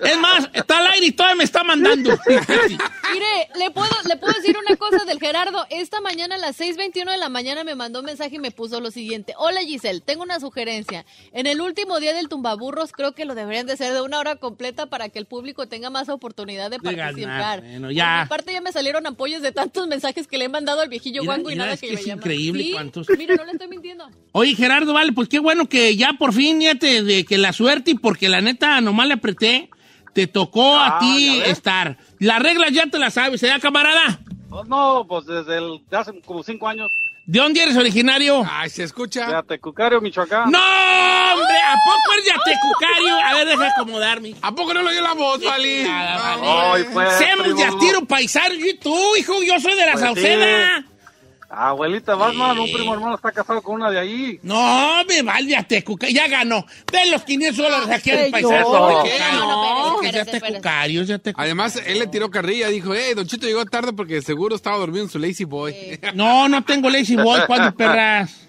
A: Es más, está al aire y todavía me está mandando.
C: Mire, le puedo, le puedo decir una cosa del Gerardo. Esta mañana a las 6.21 de la mañana me mandó un mensaje y me puso lo siguiente. Hola Giselle, tengo una sugerencia. En el último día del tumbaburros creo que lo deberían de hacer de una hora completa para que el público tenga más oportunidad de
A: De ganar,
C: participar.
A: bueno, ya.
C: Aparte ya me salieron ampollas de tantos mensajes que le he mandado al viejillo
A: Mira,
C: guango y
A: mira,
C: nada
A: es
C: que,
A: que
C: yo
A: es
C: llame.
A: increíble
C: Sí,
A: cuántos-
C: Mira, no le estoy mintiendo.
A: Oye, Gerardo, vale, pues qué bueno que ya por fin, ya te, de que la suerte, y porque la neta nomás le apreté, te tocó a
H: Ah,
A: ti
H: ya ves.
A: estar. Las reglas ya te las sabes, ¿eh, camarada?
H: Oh, No, pues desde el, de hace como cinco años.
A: ¿De dónde eres originario?
H: Ah.
D: Ay, se escucha.
H: De Tecucario, Michoacán.
A: Ah. ¡No, hombre! ¿A poco eres de Atecucario? A ver, deja acomodarme.
D: ¿A poco no le dio la voz, Ah, Vali?
A: Nada,
D: Ay,
H: Ay, pues,
A: Semos de
H: primo.
A: Atiro Paisar, y tú, hijo, yo soy de la
H: Pues sí.
A: Sauceda.
H: Abuelita, vas mal, un primo hermano está casado con una de allí.
A: No, me vale a Tecuca. Ya ganó. De los 500 dólares aquí al
E: Señor.
A: paisano.
H: Eso.
A: ¿Qué?
C: No, no, espérese,
A: No, que sea
C: espérese, espérese.
A: Tecucario, sea Tecu-
D: Además, él le tiró carrilla. Dijo, eh, Don Chito llegó tarde porque seguro estaba dormido en su Lazy Boy.
A: No, no tengo Lazy Boy. ¿Cuándo, perras?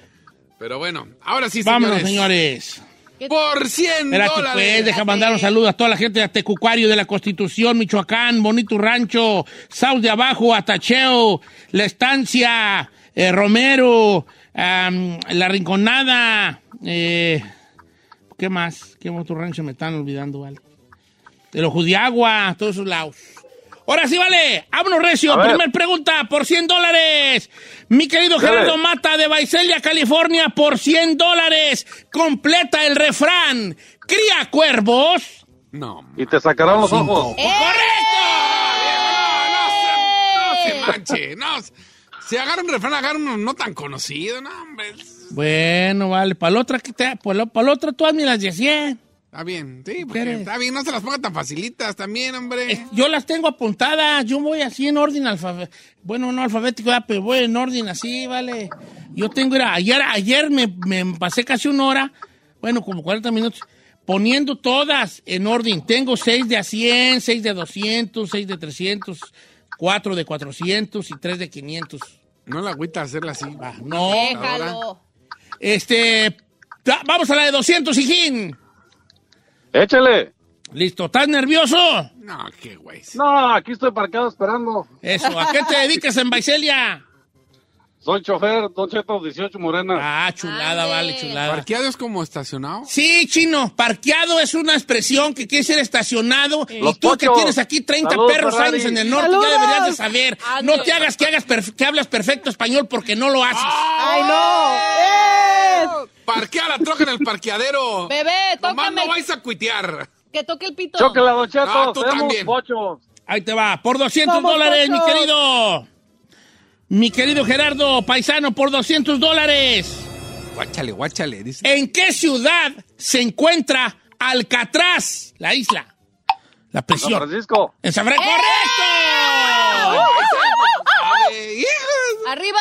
D: Pero bueno, ahora sí,
A: Vámonos,
D: señores.
A: señores.
D: Por 100
A: Espérate,
D: dólares.
A: pues, deja mandar un saludo a toda la gente de Atecucario, de la Constitución, Michoacán, Bonito Rancho, South de Abajo, Atacheo, La Estancia, eh, Romero, am, La Rinconada, eh, ¿qué más? ¿Qué otro rancho me están olvidando, vale? De los Judiagua, todos esos lados. Ahora sí, vale, vámonos recio,
H: A ver.
A: primer pregunta, por 100 dólares. Mi querido
H: Dale.
A: Gerardo Mata de Baicelia, California, por 100 dólares. Completa el refrán. Cría cuervos.
D: No,
H: Y te sacarán los ojos.
D: se manche. No, si agarran un refrán, agarran uno no tan conocido. No, hombre.
A: Bueno, vale, para la otra, que te- para la, para la otra tú hazme las de 100.
D: Está bien, sí, porque está bien, no se las ponga tan facilitas también, hombre.
A: Yo las tengo apuntadas, yo voy así en orden alfabético. Bueno, no alfabético, ah, pero voy en orden así, vale. Yo tengo, era, ayer, ayer me, me pasé casi una hora, bueno, como 40 minutos, poniendo todas en orden. Tengo 6 de a 100, 6 de 200, 6 de 300, 4 de 400 y 3 de 500.
D: No la agüita hacerla así.
A: no. Este, ta- vamos a la de 200, hijín.
H: Échale.
A: Listo, ¿estás nervioso?
D: No, qué güey.
H: No, aquí estoy parcado esperando.
A: Eso, ¿a qué te dedicas en Baicelia?
H: Soy chofer, Don Cheto, 18 Morena.
A: Ah, chulada, vale, chulada.
D: ¿Parqueado es como estacionado?
A: Sí, chino, parqueado es una expresión que quiere ser estacionado. Y
D: Los
A: tú que
D: pochos.
A: tienes aquí 30
D: Saludos,
A: perros
D: Ferrari.
A: años en el norte,
D: Saludos.
A: ya deberías de saber. No te hagas que hagas perf- que hablas perfecto español porque no lo haces.
E: ¡Ay, no! ¡Eh!
D: Parquea la troca en el parqueadero.
E: Bebé,
D: Nomás
E: tócame.
D: no vais a cuitear.
E: Que toque el pito.
H: Chócala, Don Cheto,
D: No, tú
H: tenemos
D: también.
H: pochos.
A: Ahí te va, por 200
H: Somos
A: dólares, mi
H: pochos.
A: querido. Mi querido Gerardo Paisano, por 200 dólares.
D: Guáchale, guáchale, dice.
A: ¿En qué ciudad se encuentra Alcatraz, la isla? La prisión.
H: San Francisco.
A: En San Francisco.
C: ¡Arriba,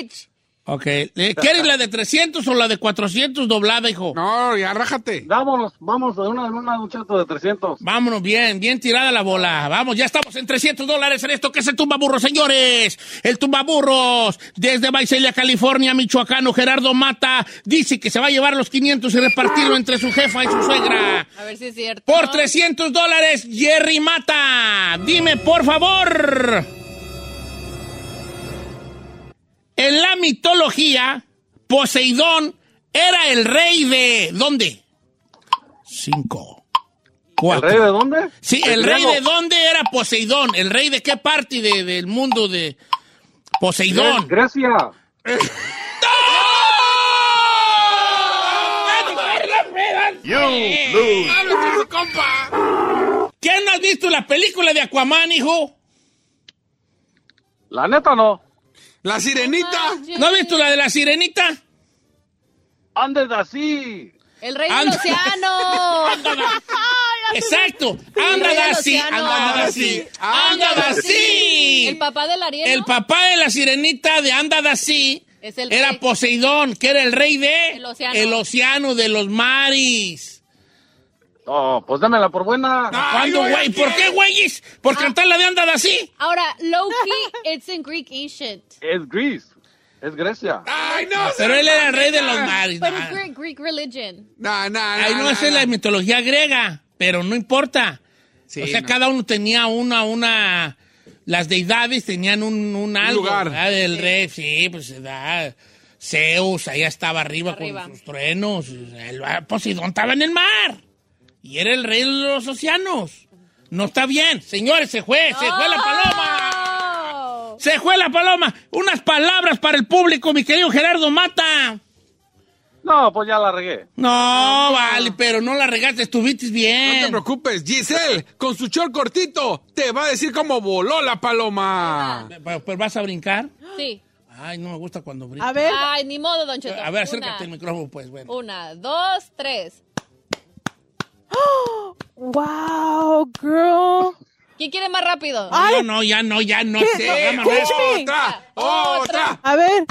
C: Mitch!
A: Ok, ¿le- ¿quieres la de 300 o la de 400 doblada, hijo?
D: No, ya rájate.
H: Vámonos, vamos de una en una, Don Cheto, de 300.
A: Vámonos, bien, bien tirada la bola. Vamos, ya estamos en 300 dólares en esto que es el tumbaburro, señores. El tumbaburros, desde Baicelia, California, michoacano, Gerardo Mata, dice que se va a llevar los 500 y repartirlo entre su jefa y su suegra.
C: A ver si es cierto.
A: Por 300 dólares, Jerry Mata. Dime, por favor. En la mitología, Poseidón era el rey de... ¿Dónde? Cinco. Cuatro.
H: ¿El rey de dónde?
A: Sí, el, rey
H: griego.
A: de dónde era Poseidón. ¿El rey de qué parte de- del mundo de
H: Gre-
A: Poseidón?
H: Grecia.
A: You lose. ¿Quién no has visto la película de Aquaman, hijo?
H: La neta no.
D: La sirenita.
A: ¿No has visto la de la sirenita?
H: Andes así.
C: ¡El rey del
A: Anda.
C: océano!
A: Exacto. Anda así, anda así, anda
C: El
A: así.
C: papá del Ariel,
A: El
C: ¿no?
A: papá de la sirenita de anda así
C: Es el
A: era
C: rey.
A: Poseidón, que era el rey de
C: El océano.
A: el océano de los mares.
H: No, pues dámela por buena.
A: ¿Cuándo, güey? ¿Por qué, güeyes? ¿Por cantar la de anda así?
C: Ahora, Loki, it's in Greek ancient.
H: Es Greece. Es Grecia.
D: Ay, no.
A: Pero él era el rey de los mares.
C: But
A: no.
C: it's Greek, Greek religion.
D: No, no,
A: Ahí Ah, no esa es la mitología griega, pero no importa. o sea,
D: no.
A: cada uno tenía una, una, las deidades tenían un, un algo.
D: lugar.
A: ¿verdad? El rey, sí, pues da. Zeus, allá estaba arriba,
C: Arriba.
A: con sus truenos. El ah, Poseidón estaba en el mar. Y era el rey de los océanos. No está bien. Señores, se fue, se fue la paloma. Se fue la paloma. Unas palabras para el público, mi querido Gerardo Mata.
H: No, pues ya la regué.
A: No, vale, pero no la regaste, estuviste bien.
D: No te preocupes, Giselle, con su short cortito, te va a decir cómo voló la paloma.
A: Pero, pero vas a brincar.
C: Sí.
A: Ay, no me gusta cuando brinca.
E: A ver.
C: Ay, ni modo, Don Cheto.
A: A
C: Una,
A: ver, acércate al micrófono, pues, bueno.
C: Una, dos, tres.
E: Wow, girl.
C: ¿Quién quiere más rápido?
A: Ya
E: Ay.
A: no, ya no, ya no.
E: ¿Qué?
A: sé, programa
E: ¿Qué?
A: más.
D: ¡Otra! ¡Otra!
E: A ver.
A: Es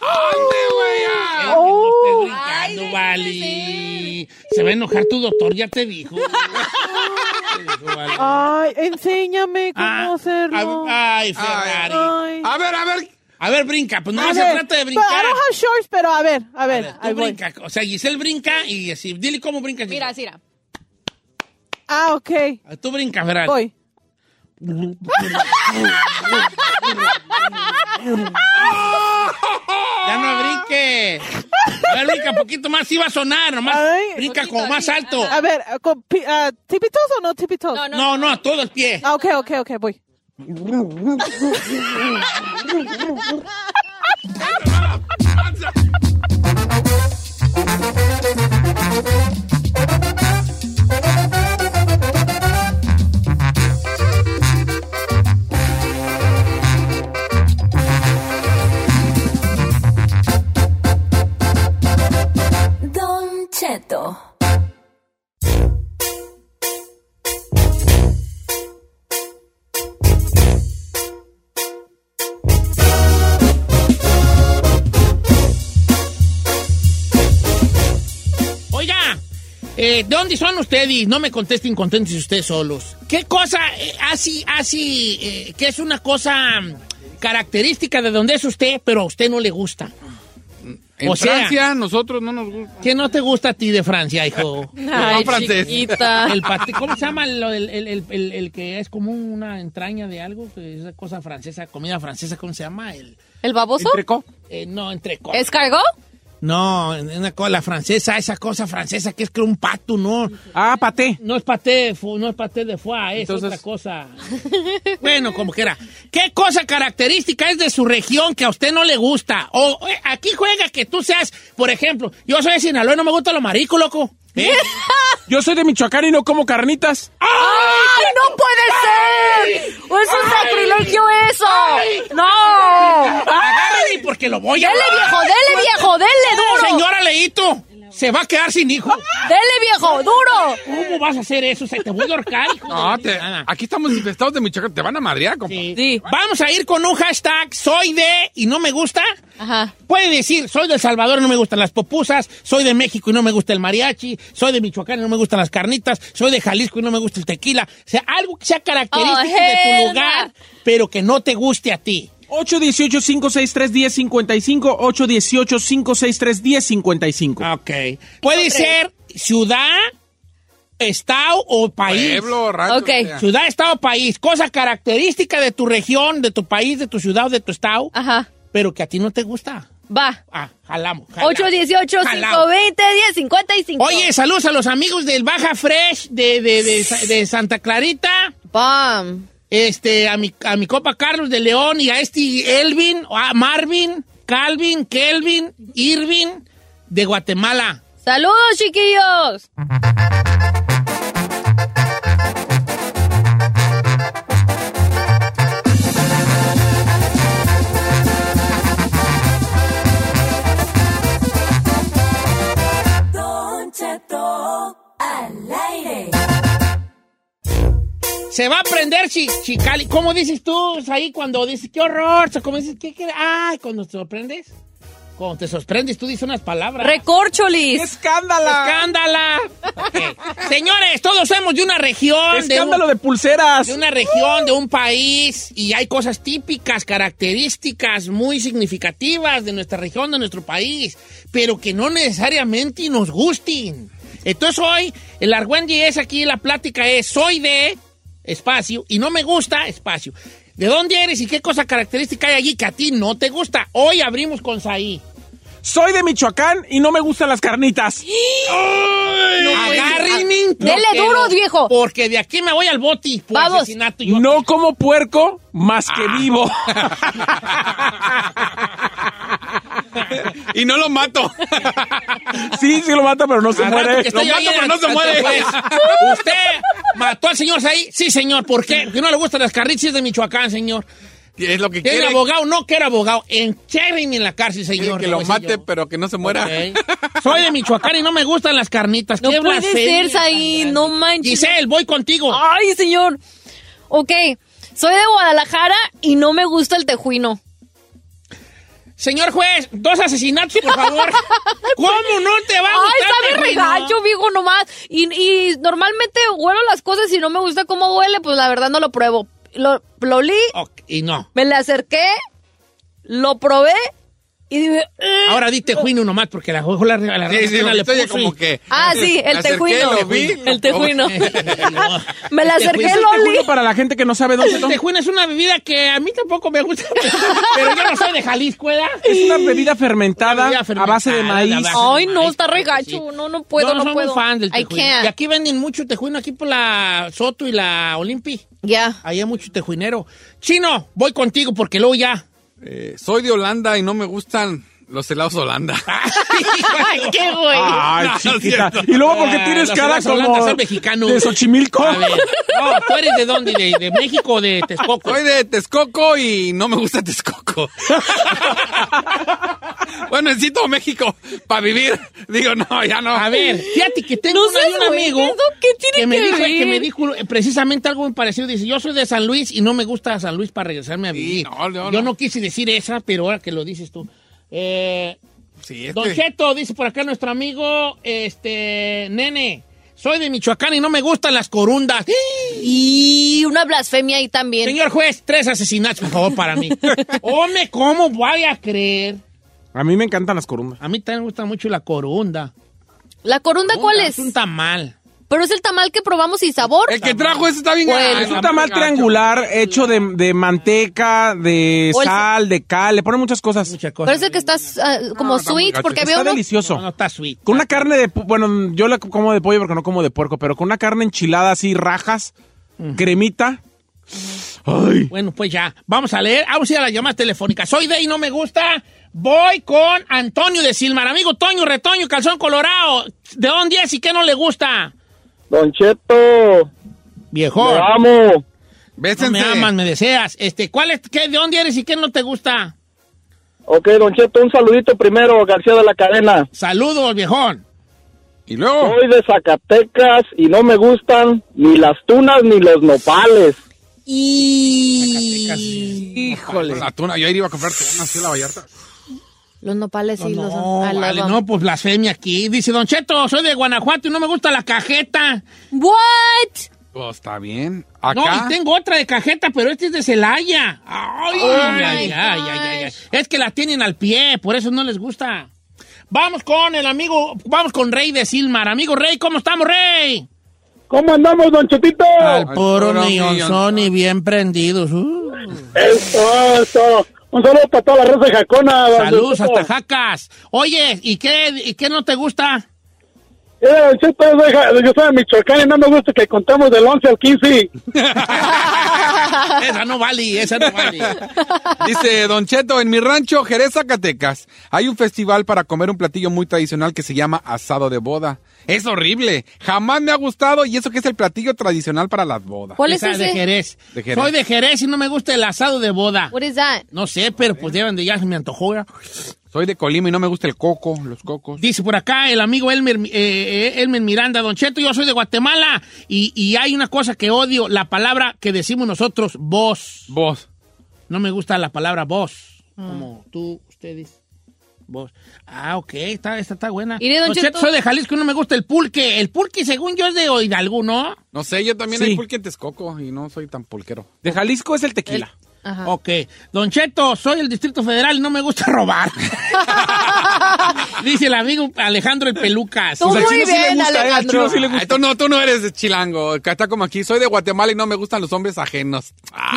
A: que
E: Oh.
A: no estés brincando, Vali. Se va a enojar tu doctor, ya te dijo. Te dijo, Vali.
E: Ay, enséñame cómo
A: Ah,
E: hacerlo.
A: a- ay, Ferrari.
E: Ay.
D: A ver, a ver.
A: A ver, brinca. Pues no
E: A
A: se
E: ver,
A: trata de
E: but I
A: brincar.
E: don't have shorts, pero a ver, a
A: A
E: ver.
A: ver, tú
E: ahí voy.
A: brinca. O sea, Giselle brinca y así. Dile cómo brinca.
C: Mira, mira.
E: Ah, ok.
A: Tú brinca, Ferrari.
E: Voy.
A: Ya no brinque. Ya brinca poquito más, sí va a sonar, nomás.
E: Ay.
A: brinca
C: Poquito,
A: como más
C: sí,
A: alto.
E: A ver, con pi- ah, ¿tipitos o no tipitos?
C: No, no.
A: No, no, a todo el pie.
E: Ah, ok, ok, ok, voy.
F: Don Cheto.
A: Eh, ¿De dónde son ustedes? No me contesten contentos ustedes solos. ¿Qué cosa eh, así, así, eh, que es una cosa mm, característica de donde es usted, pero a usted no le gusta?
H: En
A: O sea-
H: Francia, nosotros no nos gusta.
A: ¿Qué no te gusta a ti de Francia, hijo?
H: Ay, francés. chiquita.
A: El pati- ¿Cómo se llama lo- el, el- el- el- el que es como una entraña de algo? Que es cosa francesa, comida francesa, ¿cómo se llama? El,
C: ¿El baboso?
A: eh, no, entrecot.
C: ¿Escargó?
A: No, en una cola francesa, esa cosa francesa que es que un pato, ¿no? Ah, paté. No es paté, fu- no es paté de foie, es
H: Entonces-
A: otra cosa. bueno, como quiera. ¿Qué cosa característica es de su región que a usted no le gusta? O eh, aquí juega que tú seas, por ejemplo, yo soy de Sinaloa y no me gusta lo marico, loco. ¿Eh?
I: Yo soy de Michoacán y no como carnitas.
A: ¡Ah!
F: ¡Ay, no puede ser! ¡Es un sacrilegio eso! ¡No!
A: Agárrele porque lo voy a...
F: Dele, viejo, dele, viejo, dele duro.
A: Señora Leito, se va a quedar sin hijo.
F: Dele, viejo, duro.
A: ¿Cómo vas a hacer eso? Se te voy a ahorcar, hijo de
H: No, te- aquí estamos infestados de Michoacán. Te van a madrear, compa.
A: Vamos a ir con un hashtag, soy de y no me gusta. Puede decir, soy de El Salvador y no me gustan las popusas, soy de México y no me gusta el mariachi, soy de Michoacán y no me gustan las carnitas, soy de Jalisco y no me gusta el tequila. O sea, algo que sea característico
C: Oh,
A: de tu
C: hell
A: lugar, pero que no te guste a ti.
I: 818-563-1055, 818-563-1055.
A: Ok. Puede ser ciudad, estado o país.
H: Pueblo, rancho, Ok. o sea.
A: Ciudad, estado, país. Cosa característica de tu región, de tu país, de tu ciudad o de tu estado.
C: Ah.
A: Pero que a ti no te gusta.
C: Va.
A: Ah, jalamos. jalamos.
C: 818-520-1055.
A: Oye, saludos a los amigos del Baja Fresh de, de, de- de Santa Clarita.
C: Pam.
A: Este, a mi, a mi copa Carlos de León y a este Elvin, a Marvin, Calvin, Kelvin, Irvin de Guatemala.
C: Saludos, chiquillos.
F: Don Cheto al aire.
A: Se va a prender chi- Chicali. ¿Cómo dices tú ahí cuando dices qué horror? ¿Cómo dices qué? qué- Ay, cuando te sorprendes. Cuando te sorprendes, tú dices unas palabras.
C: Recorcholis.
I: ¡Escándala!
A: ¡Escándala! Ok. Señores, todos somos de una región.
I: Escándalo de pulseras.
A: De una región, de un país, y hay cosas típicas, características muy significativas de nuestra región, de nuestro país, pero que no necesariamente nos gusten. Entonces hoy, el Argüendi es aquí, la plática es, soy de espacio y no me gusta espacio. ¿De dónde eres y qué cosa característica hay allí que a ti no te gusta? Hoy abrimos con Saí.
I: Soy de Michoacán y no me gustan las carnitas.
A: Agarren in-
C: Dele
A: porque-
C: duro, viejo.
A: Porque de aquí me voy al boti por
C: Vamos.
A: asesinato. Yo
I: No como puerco más que vivo.
H: Y no lo mato.
I: sí, sí lo mata, pero no se
A: Al rato
I: muere.
A: que estoy
H: Lo
A: ahí
H: mato,
A: en
H: pero no se
A: el-
H: muere.
A: pues, ¿Usted mató al señor ahí? Sí, señor. ¿Por qué? Porque no le gustan las carritas de Michoacán, señor.
H: es lo que
A: ¿Quiere
H: quiere.
A: abogado? No quiero abogado. Enchévenme en la cárcel,
H: Quiere
A: señor.
H: que lo
A: digo,
H: mate,
A: señor.
H: pero que no se muera.
A: Ok. Soy de Michoacán y no me gustan las carnitas.
C: No
A: ¿Qué
C: puede
A: blasfemia
C: ser, Ah. Saí.
A: tan
C: No
A: grande.
C: manches.
A: Giselle, voy contigo.
C: Ay, señor. Ok. Soy de Guadalajara y no me gusta el tejuino.
A: Señor juez, dos asesinatos, por favor. ¿Cómo no te va a gustar?
C: Ay, sabe
A: mi reino?
C: regacho, viejo, nomás. Y, y normalmente huelo las cosas y no me gusta cómo huele, pues la verdad no lo pruebo. Lo, lo olí,
A: Ok, y no.
C: me le acerqué, lo probé y dije... "Eh".
A: Ahora di tejuino nomás, porque la la, la, la
H: Sí, sí,
A: la- le
H: oye,
A: puso y-
H: como que.
C: Ah, sí,
H: Me
C: el
H: acerqué,
C: tejuino.
H: lo vi, lo
C: el tejuino. me le
A: El
C: acerqué,
I: Es el
C: lo olí.
I: tejuino para la gente que no sabe dónde
A: El tejuino es una bebida que a mí tampoco me gusta, pero yo no soy de Jalisco, ¿verdad?
I: Es una bebida fermentada,
A: Bebida
I: a base de
A: fermentada,
I: maíz.
A: de base.
C: Ay, no,
A: Ay,
C: está regacho.
A: sí.
C: No, no puedo, no,
A: soy muy
C: puedo.
A: fan del
C: I
A: tejuino.
C: can't.
A: Y aquí venden mucho tejuino, aquí por la Soto y la Olimpi.
C: Ya.
A: Ahí hay mucho tejuinero. Chino, voy contigo porque luego ya.
H: Eh, soy de Holanda y no me gustan los helados Holanda.
C: Ay, qué güey.
I: Ay,
H: No, no es
I: chiquita.
H: cierto.
I: Y luego porque
A: Ah,
I: tienes
A: las
I: cara
A: Holanda, Holanda,
I: como
A: soy mexicano.
I: de Xochimilco.
A: A ver, no, ¿tú eres de dónde? ¿De, de México o de Texcoco?
H: Soy de Texcoco y no me gusta Texcoco. bueno, necesito México para vivir. Digo, no, ya no.
A: A ver, fíjate que tengo
C: No
A: una-
C: seas
A: hay un amigo
C: güey, ¿eso qué tiene
A: me
C: que
A: dijo,
C: ver?
A: que me dijo eh, precisamente algo muy parecido. Dice, yo soy de San Luis y no me gusta San Luis para regresarme a
H: Sí,
A: vivir.
H: no, no,
A: yo
H: no.
A: no quise decir esa, pero ahora que lo dices tú. Eh,
D: Sí, este-
A: Don Cheto, dice por acá nuestro amigo, este, nene, soy de Michoacán y no me gustan las corundas.
C: ¡Eh! Y una blasfemia ahí también.
A: Señor juez, tres asesinatos, por favor, para mí. Hombre, ¿cómo voy a creer?
I: A mí me encantan las corundas.
A: A mí también me gusta mucho la corunda.
C: ¿La corunda cuál es?
A: Un tamal.
C: Pero es el tamal que probamos sin sabor.
D: El que trajo ese está bien
A: Pues,
D: gacho.
I: Ah, Es un tamal triangular hecho de, de manteca, de
C: O el-
I: sal, de cal. Le ponen muchas cosas.
A: Muchas
C: Pero es el que está ah, como sweet, porque veo
I: Está
C: uno.
I: delicioso.
A: No, no está sweet.
I: Con una carne de... pu- Bueno, yo la como de pollo porque no como de puerco, pero con una carne enchilada así, rajas, cremita. Ay.
A: Bueno, pues ya, vamos a leer, vamos a ir a las llamadas telefónicas. Soy de y no me gusta. Voy con Antonio de Silmar. Amigo Toño, retoño, calzón colorado. ¿De dónde es y qué no le gusta?
J: Don Cheto,
A: Viejo.
J: te amo.
A: No me
D: Bésense.
A: amas, me deseas. Este, ¿cuál es, qué, ¿De dónde eres y qué no te gusta?
J: Ok, Don Cheto, un saludito primero, García de la Cadena.
A: Saludos, viejón.
D: Y luego.
J: Soy de Zacatecas y no me gustan ni las tunas ni los nopales.
D: Híjole. La tuna, yo ahí iba a comprar tuna, sí, la Vallarta.
C: Los nopales y los.
A: No,
C: ah, los-
A: vale, no, pues blasfemia aquí. Dice Don Cheto, soy de Guanajuato y no me gusta la cajeta.
C: What?
D: Oh, está bien.
A: No,
D: Acá.
A: y tengo otra de cajeta, pero esta es de Celaya. Ay,
C: Oh
A: ay,
C: my
A: ay, ay,
C: gosh.
A: ay, ay. Es que la tienen al pie, por eso no les gusta. Vamos con el amigo, vamos con Rey de Silmar. Amigo Rey, ¿cómo estamos, Rey?
J: ¿Cómo andamos, Don Chetito?
A: Al puro
D: puro
A: millonzón
D: millonzón.
A: y bien prendidos. Uh.
J: Eso, eso. Un saludo para toda la raza de Jacona. don
A: Saludos
J: Cheto.
A: hasta Jacas. Oye, ¿y qué, ¿y qué no te gusta?
J: Eh, Don Cheto, yo soy ja- yo soy de Michoacán y no me gusta que contamos del 11 al 15.
A: esa no vale, esa no vale.
D: Dice Don Cheto, en mi rancho, Jerez, Zacatecas, hay un festival para comer un platillo muy tradicional que se llama asado de boda. Es horrible, jamás me ha gustado y eso que es el platillo tradicional para las bodas.
C: ¿Cuál es
A: Esa de
C: ese?
A: Jerez.
D: De Jerez.
A: Soy de Jerez y no me gusta el asado de boda.
C: What is that?
A: No sé, pero pues deben de ya se me antojó. ya.
D: Soy de Colima y no me gusta el coco, los cocos.
A: Dice por acá el amigo Elmer, eh, eh, Elmer Miranda, Don Cheto, yo soy de Guatemala y, y hay una cosa que odio, la palabra que decimos nosotros, vos.
D: Vos.
A: No me gusta la palabra vos,
C: Ah.
A: como tú, ustedes, vos. Ah, ok, está, esta está buena.
C: Mire, Don Cheto.
A: soy de Jalisco y no me gusta el pulque. El pulque, según yo, es de Hidalgo, ¿no?
D: No sé, yo también
I: Sí.
D: hay pulque en Texcoco y no soy tan pulquero.
I: De Jalisco es el tequila.
C: Ajá.
A: Ok. Don Cheto, soy el Distrito Federal y no me gusta robar. Dice el amigo Alejandro el Pelucas.
C: Tú
I: sea, al
C: muy
I: chino sí le
C: bien,
I: gusta, ¿eh? Al
C: Alejandro.
I: chino sí le gusta.
D: Ay, tú Ah, no, tú no eres de chilango, acá está como aquí, soy de Guatemala y no me gustan los hombres ajenos. Ah,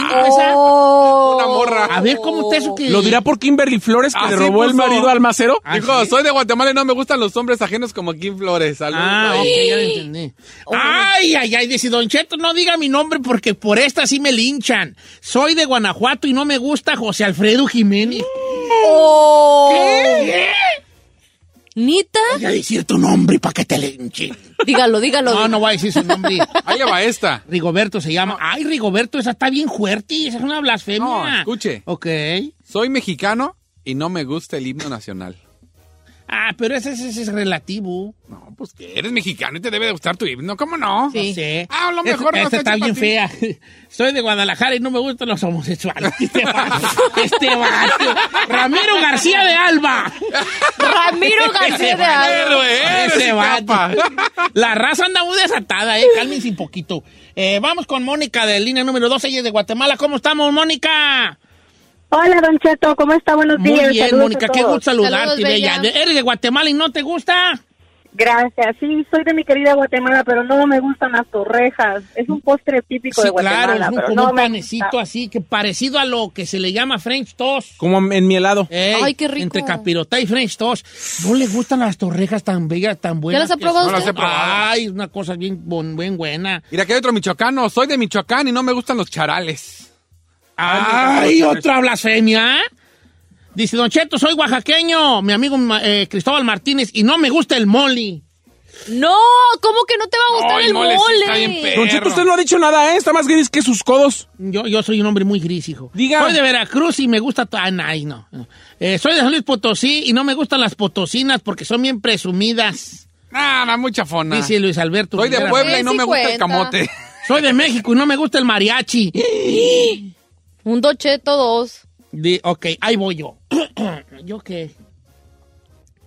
C: Oh.
D: Una morra.
A: A ver, ¿cómo está eso que...?
I: Lo dirá por Kimberly Flores que
D: Ah,
I: le
D: sí,
I: robó el
D: puso.
I: marido al macero. ¿Ah,
D: Dijo, soy de Guatemala y no me gustan los hombres ajenos como Kim Flores. Saludos.
A: Ah, ok, ya lo entendí. Ay, ay, ay, dice Don Cheto, no diga mi nombre porque por esta sí me linchan. Soy de Guanajuato y no me gusta José Alfredo Jiménez.
C: Oh.
A: ¿Qué?
C: ¿Nita?
A: Voy a decir tu nombre para que te linchen.
C: Dígalo, dígalo.
A: No, no voy a decir su nombre.
D: Ahí le va esta.
A: Rigoberto se llama. Ay, Rigoberto, esa está bien fuerte. Esa es una blasfemia.
D: No, escuche.
A: Ok.
D: Soy mexicano y no me gusta el himno nacional.
A: Ah, pero ese, ese- ese es relativo.
D: No, pues que eres mexicano y te debe de gustar tu himno, ¿cómo no?
C: Sí.
A: No sé.
D: Ah, a
I: Este
D: lo mejor no
A: Esta- esta
D: sé,
A: está bien
D: Chapatín.
A: fea. Soy de Guadalajara y no me gustan los homosexuales. Este vato, este vato. Ramiro García de Alba.
C: Ramiro García de Alba.
D: Héroe, héroe,
A: Ese Este vato.
D: capa.
A: La raza anda muy desatada, eh. Cálmense un poquito. Eh, vamos con Mónica de línea número 2, ella es de Guatemala. ¿Cómo estamos, Mónica?
K: Hola, Don Cheto, ¿cómo está? Buenos
A: Muy
K: días.
A: bien,
K: saludos
A: Mónica.
K: a
A: Qué
K: todos.
A: gusto saludarte,
C: Saludos,
A: bella.
C: bella.
A: ¿Eres de Guatemala y no te gusta?
K: Gracias. Sí, soy de mi querida Guatemala, pero no me gustan las torrejas. Es un postre típico
A: Sí,
K: de Guatemala,
A: claro, es un,
K: pero
A: como
K: no
A: un
K: me
A: panecito
K: gusta.
A: así, que parecido a lo que se le llama French toast.
I: Como en mi helado.
A: Ey,
C: Ay, qué rico.
A: Entre capirota y French toast. No le gustan las torrejas tan bellas, tan buenas.
C: las ha
A: que
C: probado
A: son.
C: No las he
D: usted? probado.
A: Ay, una cosa bien, bon- bien buena.
D: Mira, aquí hay otro michoacano. Soy de Michoacán y no me gustan los charales.
A: Ay, otra blasfemia. Dice Don Cheto, soy oaxaqueño, mi amigo ma- eh, Cristóbal Martínez, y no me gusta el moli.
C: No, ¿cómo que no te va a gustar
D: Ay,
C: el
D: mole,
C: mole?
D: sí está bien perro.
I: Don Cheto, usted no ha dicho nada, ¿eh? Está más gris que sus codos.
A: Yo, yo soy un hombre muy gris, hijo.
I: Diga.
A: Soy de Veracruz y me gusta... to- Ah, no, ay, no. Eh, soy de San Luis Potosí y no me gustan las potosinas porque son bien presumidas.
D: Nah, nah, muy chafona.
A: Dice Luis Alberto.
D: Soy de
A: Rivera.
D: Puebla y no
C: Sí,
D: me
C: sí
D: gusta el
C: cuenta.
D: camote.
A: Soy de México y no me gusta el mariachi.
C: Un docheto dos.
A: Di- ok, ahí voy yo. ¿Yo qué?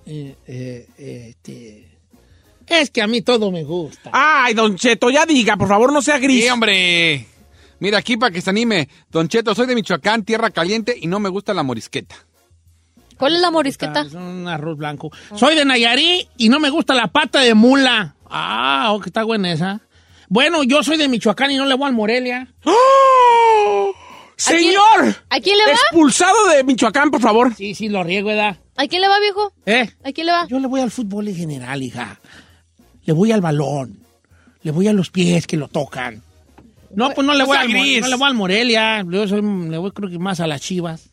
L: eh, eh, este,
A: Es que a mí todo me gusta.
D: Ah,
I: Ay, Don Cheto, ya diga, por favor, no sea gris.
D: Sí, hombre. Mira, aquí para que se anime. Don Cheto, soy de Michoacán, tierra caliente, y no me gusta la morisqueta.
C: ¿Cuál es la morisqueta?
A: Es un arroz blanco. Soy de Nayarit y no me gusta la pata de mula. Ah, oh, que está buena esa. Bueno, yo soy de Michoacán y no le voy al Morelia.
I: ¡Oh! ¡Señor!
C: ¿A quién le va?
I: Expulsado de Michoacán, por favor.
A: Sí, sí, lo riego, ¿verdad?
C: ¿A quién le va, viejo?
A: ¿Eh?
C: ¿A quién le va?
A: Yo le voy al fútbol en general, hija. Le voy al balón. Le voy a los pies que lo tocan. No, pues no le,
I: no
A: voy,
I: sea
A: al, Mo-
I: gris.
A: no le voy al Morelia. Yo soy- le voy creo que más a las chivas.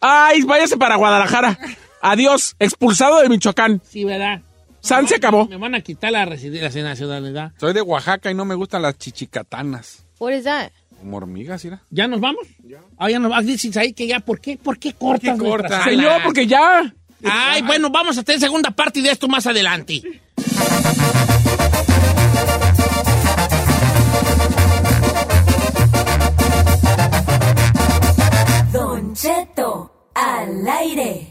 I: Ay, váyase para Guadalajara. Adiós, expulsado de Michoacán.
A: Sí, ¿verdad?
I: San se acabó.
A: Me van a quitar la, residen- la nacionalidad.
D: Soy de Oaxaca y no me gustan las chichicatanas.
C: What is that?
D: Como hormigas, mira.
A: ¿Ya nos vamos? Ya. Ah, ya nos vamos. Dices ahí que ya, ¿por qué? ¿Por qué cortas
D: qué
A: nuestras
D: cortas?
A: alas?
D: Señor,
I: porque ya.
A: Ay, bueno, vamos a tener segunda parte de esto más adelante.
F: Don Cheto al aire.